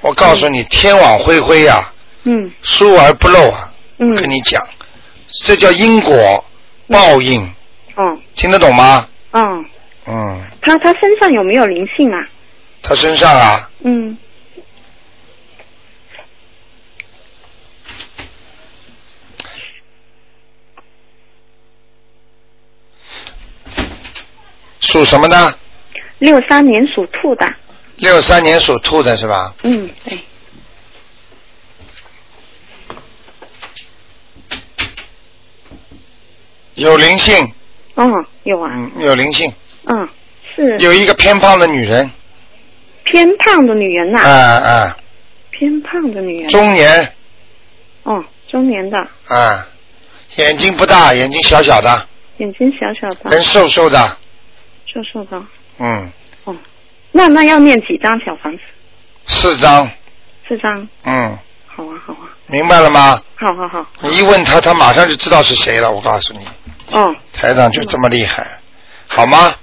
Speaker 1: 我告诉你，天网恢恢呀、
Speaker 8: 嗯
Speaker 1: 疏而不漏啊。
Speaker 8: 嗯
Speaker 1: 跟你讲，这叫因果报应，
Speaker 8: 哦
Speaker 1: 听得懂吗？
Speaker 8: 哦，
Speaker 1: 嗯，
Speaker 8: 他他身上有没有灵性啊？
Speaker 1: 他身上啊，
Speaker 8: 嗯
Speaker 1: 属什么呢？
Speaker 8: 六三年属兔的，
Speaker 1: 六三年属兔的是吧？
Speaker 8: 嗯对，
Speaker 1: 有灵性，
Speaker 8: 哦有啊，
Speaker 1: 嗯，有灵性，
Speaker 8: 嗯是
Speaker 1: 有一个偏胖的女人，
Speaker 8: 偏胖的女人
Speaker 1: 啊、
Speaker 8: 呐、
Speaker 1: 啊、
Speaker 8: 偏胖的女人，
Speaker 1: 中年，
Speaker 8: 哦中年的，
Speaker 1: 啊、眼睛不大，眼睛小小的，
Speaker 8: 眼睛小小的，
Speaker 1: 人瘦瘦的，
Speaker 8: 瘦瘦的，
Speaker 1: 嗯，
Speaker 8: 那那要念几张小房子？
Speaker 1: 四张，
Speaker 8: 四张，
Speaker 1: 嗯，
Speaker 8: 好啊好啊，
Speaker 1: 明白了吗？
Speaker 8: 好好好，
Speaker 1: 你一问他，他马上就知道是谁了。我告诉你，
Speaker 8: 哦。
Speaker 1: 台长就这么厉害，好吗？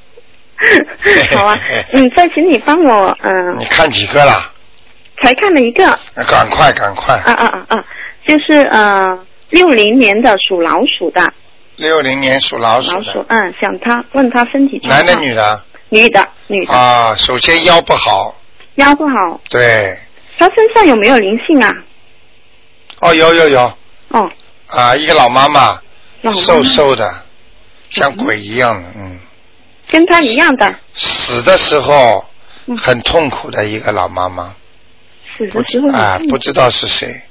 Speaker 8: 好啊，嗯，再请你帮我，嗯、
Speaker 1: 你看几个了？
Speaker 8: 才看了一个，啊
Speaker 1: 赶快，赶快！
Speaker 8: 啊啊啊，就是呃，六零年的属老鼠的，
Speaker 1: 六零年属老鼠
Speaker 8: 老
Speaker 1: 的，
Speaker 8: 鼠，嗯，想他问他身体状
Speaker 1: 男
Speaker 8: 况，
Speaker 1: 的女的
Speaker 8: 女的，女的，
Speaker 1: 啊？首先腰不好，
Speaker 8: 腰不好，
Speaker 1: 对，
Speaker 8: 他身上有没有灵性啊？
Speaker 1: 哦，有有有
Speaker 8: 哦，
Speaker 1: 啊，一个老妈妈，
Speaker 8: 老妈嗯
Speaker 1: 瘦
Speaker 8: 妈
Speaker 1: 瘦的，像鬼一样的，嗯，
Speaker 8: 跟他一样的，
Speaker 1: 死的时候
Speaker 8: 嗯
Speaker 1: 很痛苦的一个老妈妈，
Speaker 8: 死
Speaker 1: 不
Speaker 8: 的
Speaker 1: 知
Speaker 8: 时候很
Speaker 1: 啊
Speaker 8: 痛
Speaker 1: 不知道是谁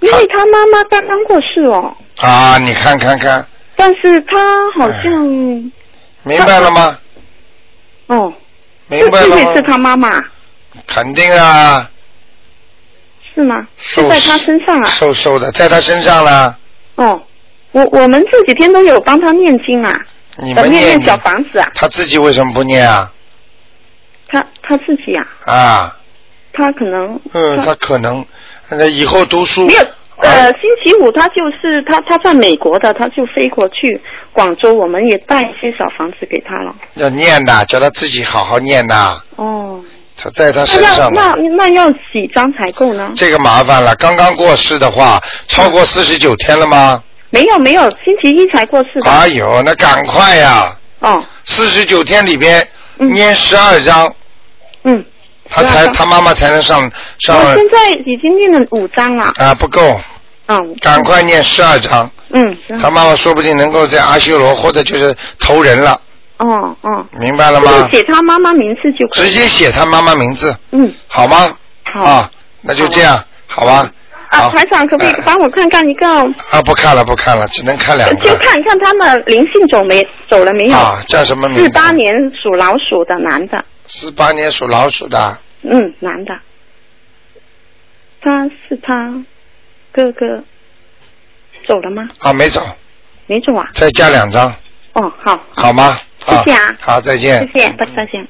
Speaker 8: 因为他妈妈刚刚过世哦，
Speaker 1: 啊？你看看看，
Speaker 8: 但是他好
Speaker 1: 哎
Speaker 8: 像，
Speaker 1: 明白了吗？
Speaker 8: 哦，
Speaker 1: 明白
Speaker 8: 啊这
Speaker 1: 了
Speaker 8: 这是
Speaker 1: 吗？
Speaker 8: 他妈妈
Speaker 1: 肯定啊，
Speaker 8: 是吗？是
Speaker 1: 瘦
Speaker 8: 在他身上啊？
Speaker 1: 瘦瘦的，在他身上了。
Speaker 8: 哦，我我们这几天都有帮他念经啊，
Speaker 1: 你
Speaker 8: 呃
Speaker 1: 们
Speaker 8: 念
Speaker 1: 念
Speaker 8: 念小房子啊，
Speaker 1: 他自己为什么不念啊？
Speaker 8: 他他自己啊，
Speaker 1: 啊，
Speaker 8: 他可能
Speaker 1: 嗯，他可能，那以后读书
Speaker 8: 没有。
Speaker 1: 啊
Speaker 8: 呃，星期五他就是他，他在美国的，他就飞过去广州，我们也带一些小房子给他了。
Speaker 1: 要念呐，叫他自己好好念呐。
Speaker 8: 哦，
Speaker 1: 他在他身
Speaker 8: 那要
Speaker 1: 上
Speaker 8: 那
Speaker 1: 呢，
Speaker 8: 那要几张才够呢？
Speaker 1: 这个麻烦了。刚刚过世的话，超过四十九天了吗？
Speaker 8: 没有没有，星期一才过世的。
Speaker 1: 哎呦，那赶快呀！
Speaker 8: 哦，
Speaker 1: 四十九天里边
Speaker 8: 嗯
Speaker 1: 念十二章，
Speaker 8: 嗯，
Speaker 1: 他
Speaker 8: 12
Speaker 1: 才
Speaker 8: 章
Speaker 1: 他妈妈才能上上
Speaker 8: 我现在已经念了五张了。
Speaker 1: 啊，不够，
Speaker 8: 嗯，
Speaker 1: 赶快念十二章。
Speaker 8: 嗯，行
Speaker 1: 他妈妈说不定能够在阿修罗或者就是投人了，
Speaker 8: 哦哦，
Speaker 1: 明白了
Speaker 8: 就
Speaker 1: 吗？
Speaker 8: 写他妈妈名字就可
Speaker 1: 直
Speaker 8: 以。
Speaker 1: 接写他妈妈名字，
Speaker 8: 嗯，
Speaker 1: 好吗？
Speaker 8: 好。
Speaker 1: 啊，那就这样，好吧？
Speaker 8: 啊，
Speaker 1: 好
Speaker 8: 台长，可不可以
Speaker 1: 呃
Speaker 8: 帮我看看一个？
Speaker 1: 啊，不看了，不看了，只能看两
Speaker 8: 呃就
Speaker 1: 个。
Speaker 8: 看一看他们灵性走没走了没有？
Speaker 1: 啊，叫什么名字？
Speaker 8: 四八。年属老鼠的男的，
Speaker 1: 四八年属老鼠的，
Speaker 8: 嗯，男的，他是他哥哥，走了吗？
Speaker 1: 啊，没走，
Speaker 8: 没走啊？
Speaker 1: 再加两张，
Speaker 8: 哦，好，
Speaker 1: 好吗？
Speaker 8: 谢谢啊
Speaker 1: 好，再见。
Speaker 8: 谢谢，再见。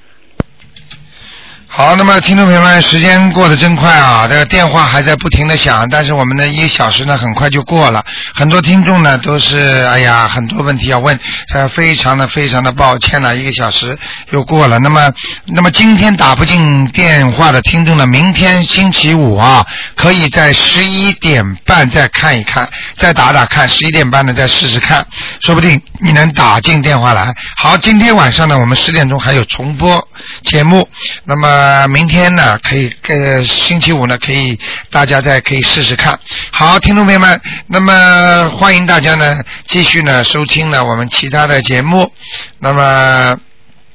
Speaker 1: 好，那么听众朋友们，时间过得真快啊，这个电话还在不停的响，但是我们的一个小时呢很快就过了，很多听众呢都是哎呀很多问题要问，呃非常的非常的抱歉啊了、一个小时又过了。那么那么今天打不进电话的听众呢，明天星期五啊，可以在十一点半再看一看，再打打看，十一点半呢再试试看，说不定你能打进电话来。好，今天晚上呢我们十点钟还有重播节目。那么明天呢，可以呃星期五呢，可以大家再可以试试看。好，听众朋友们，那么欢迎大家呢继续呢收听呢我们其他的节目。那么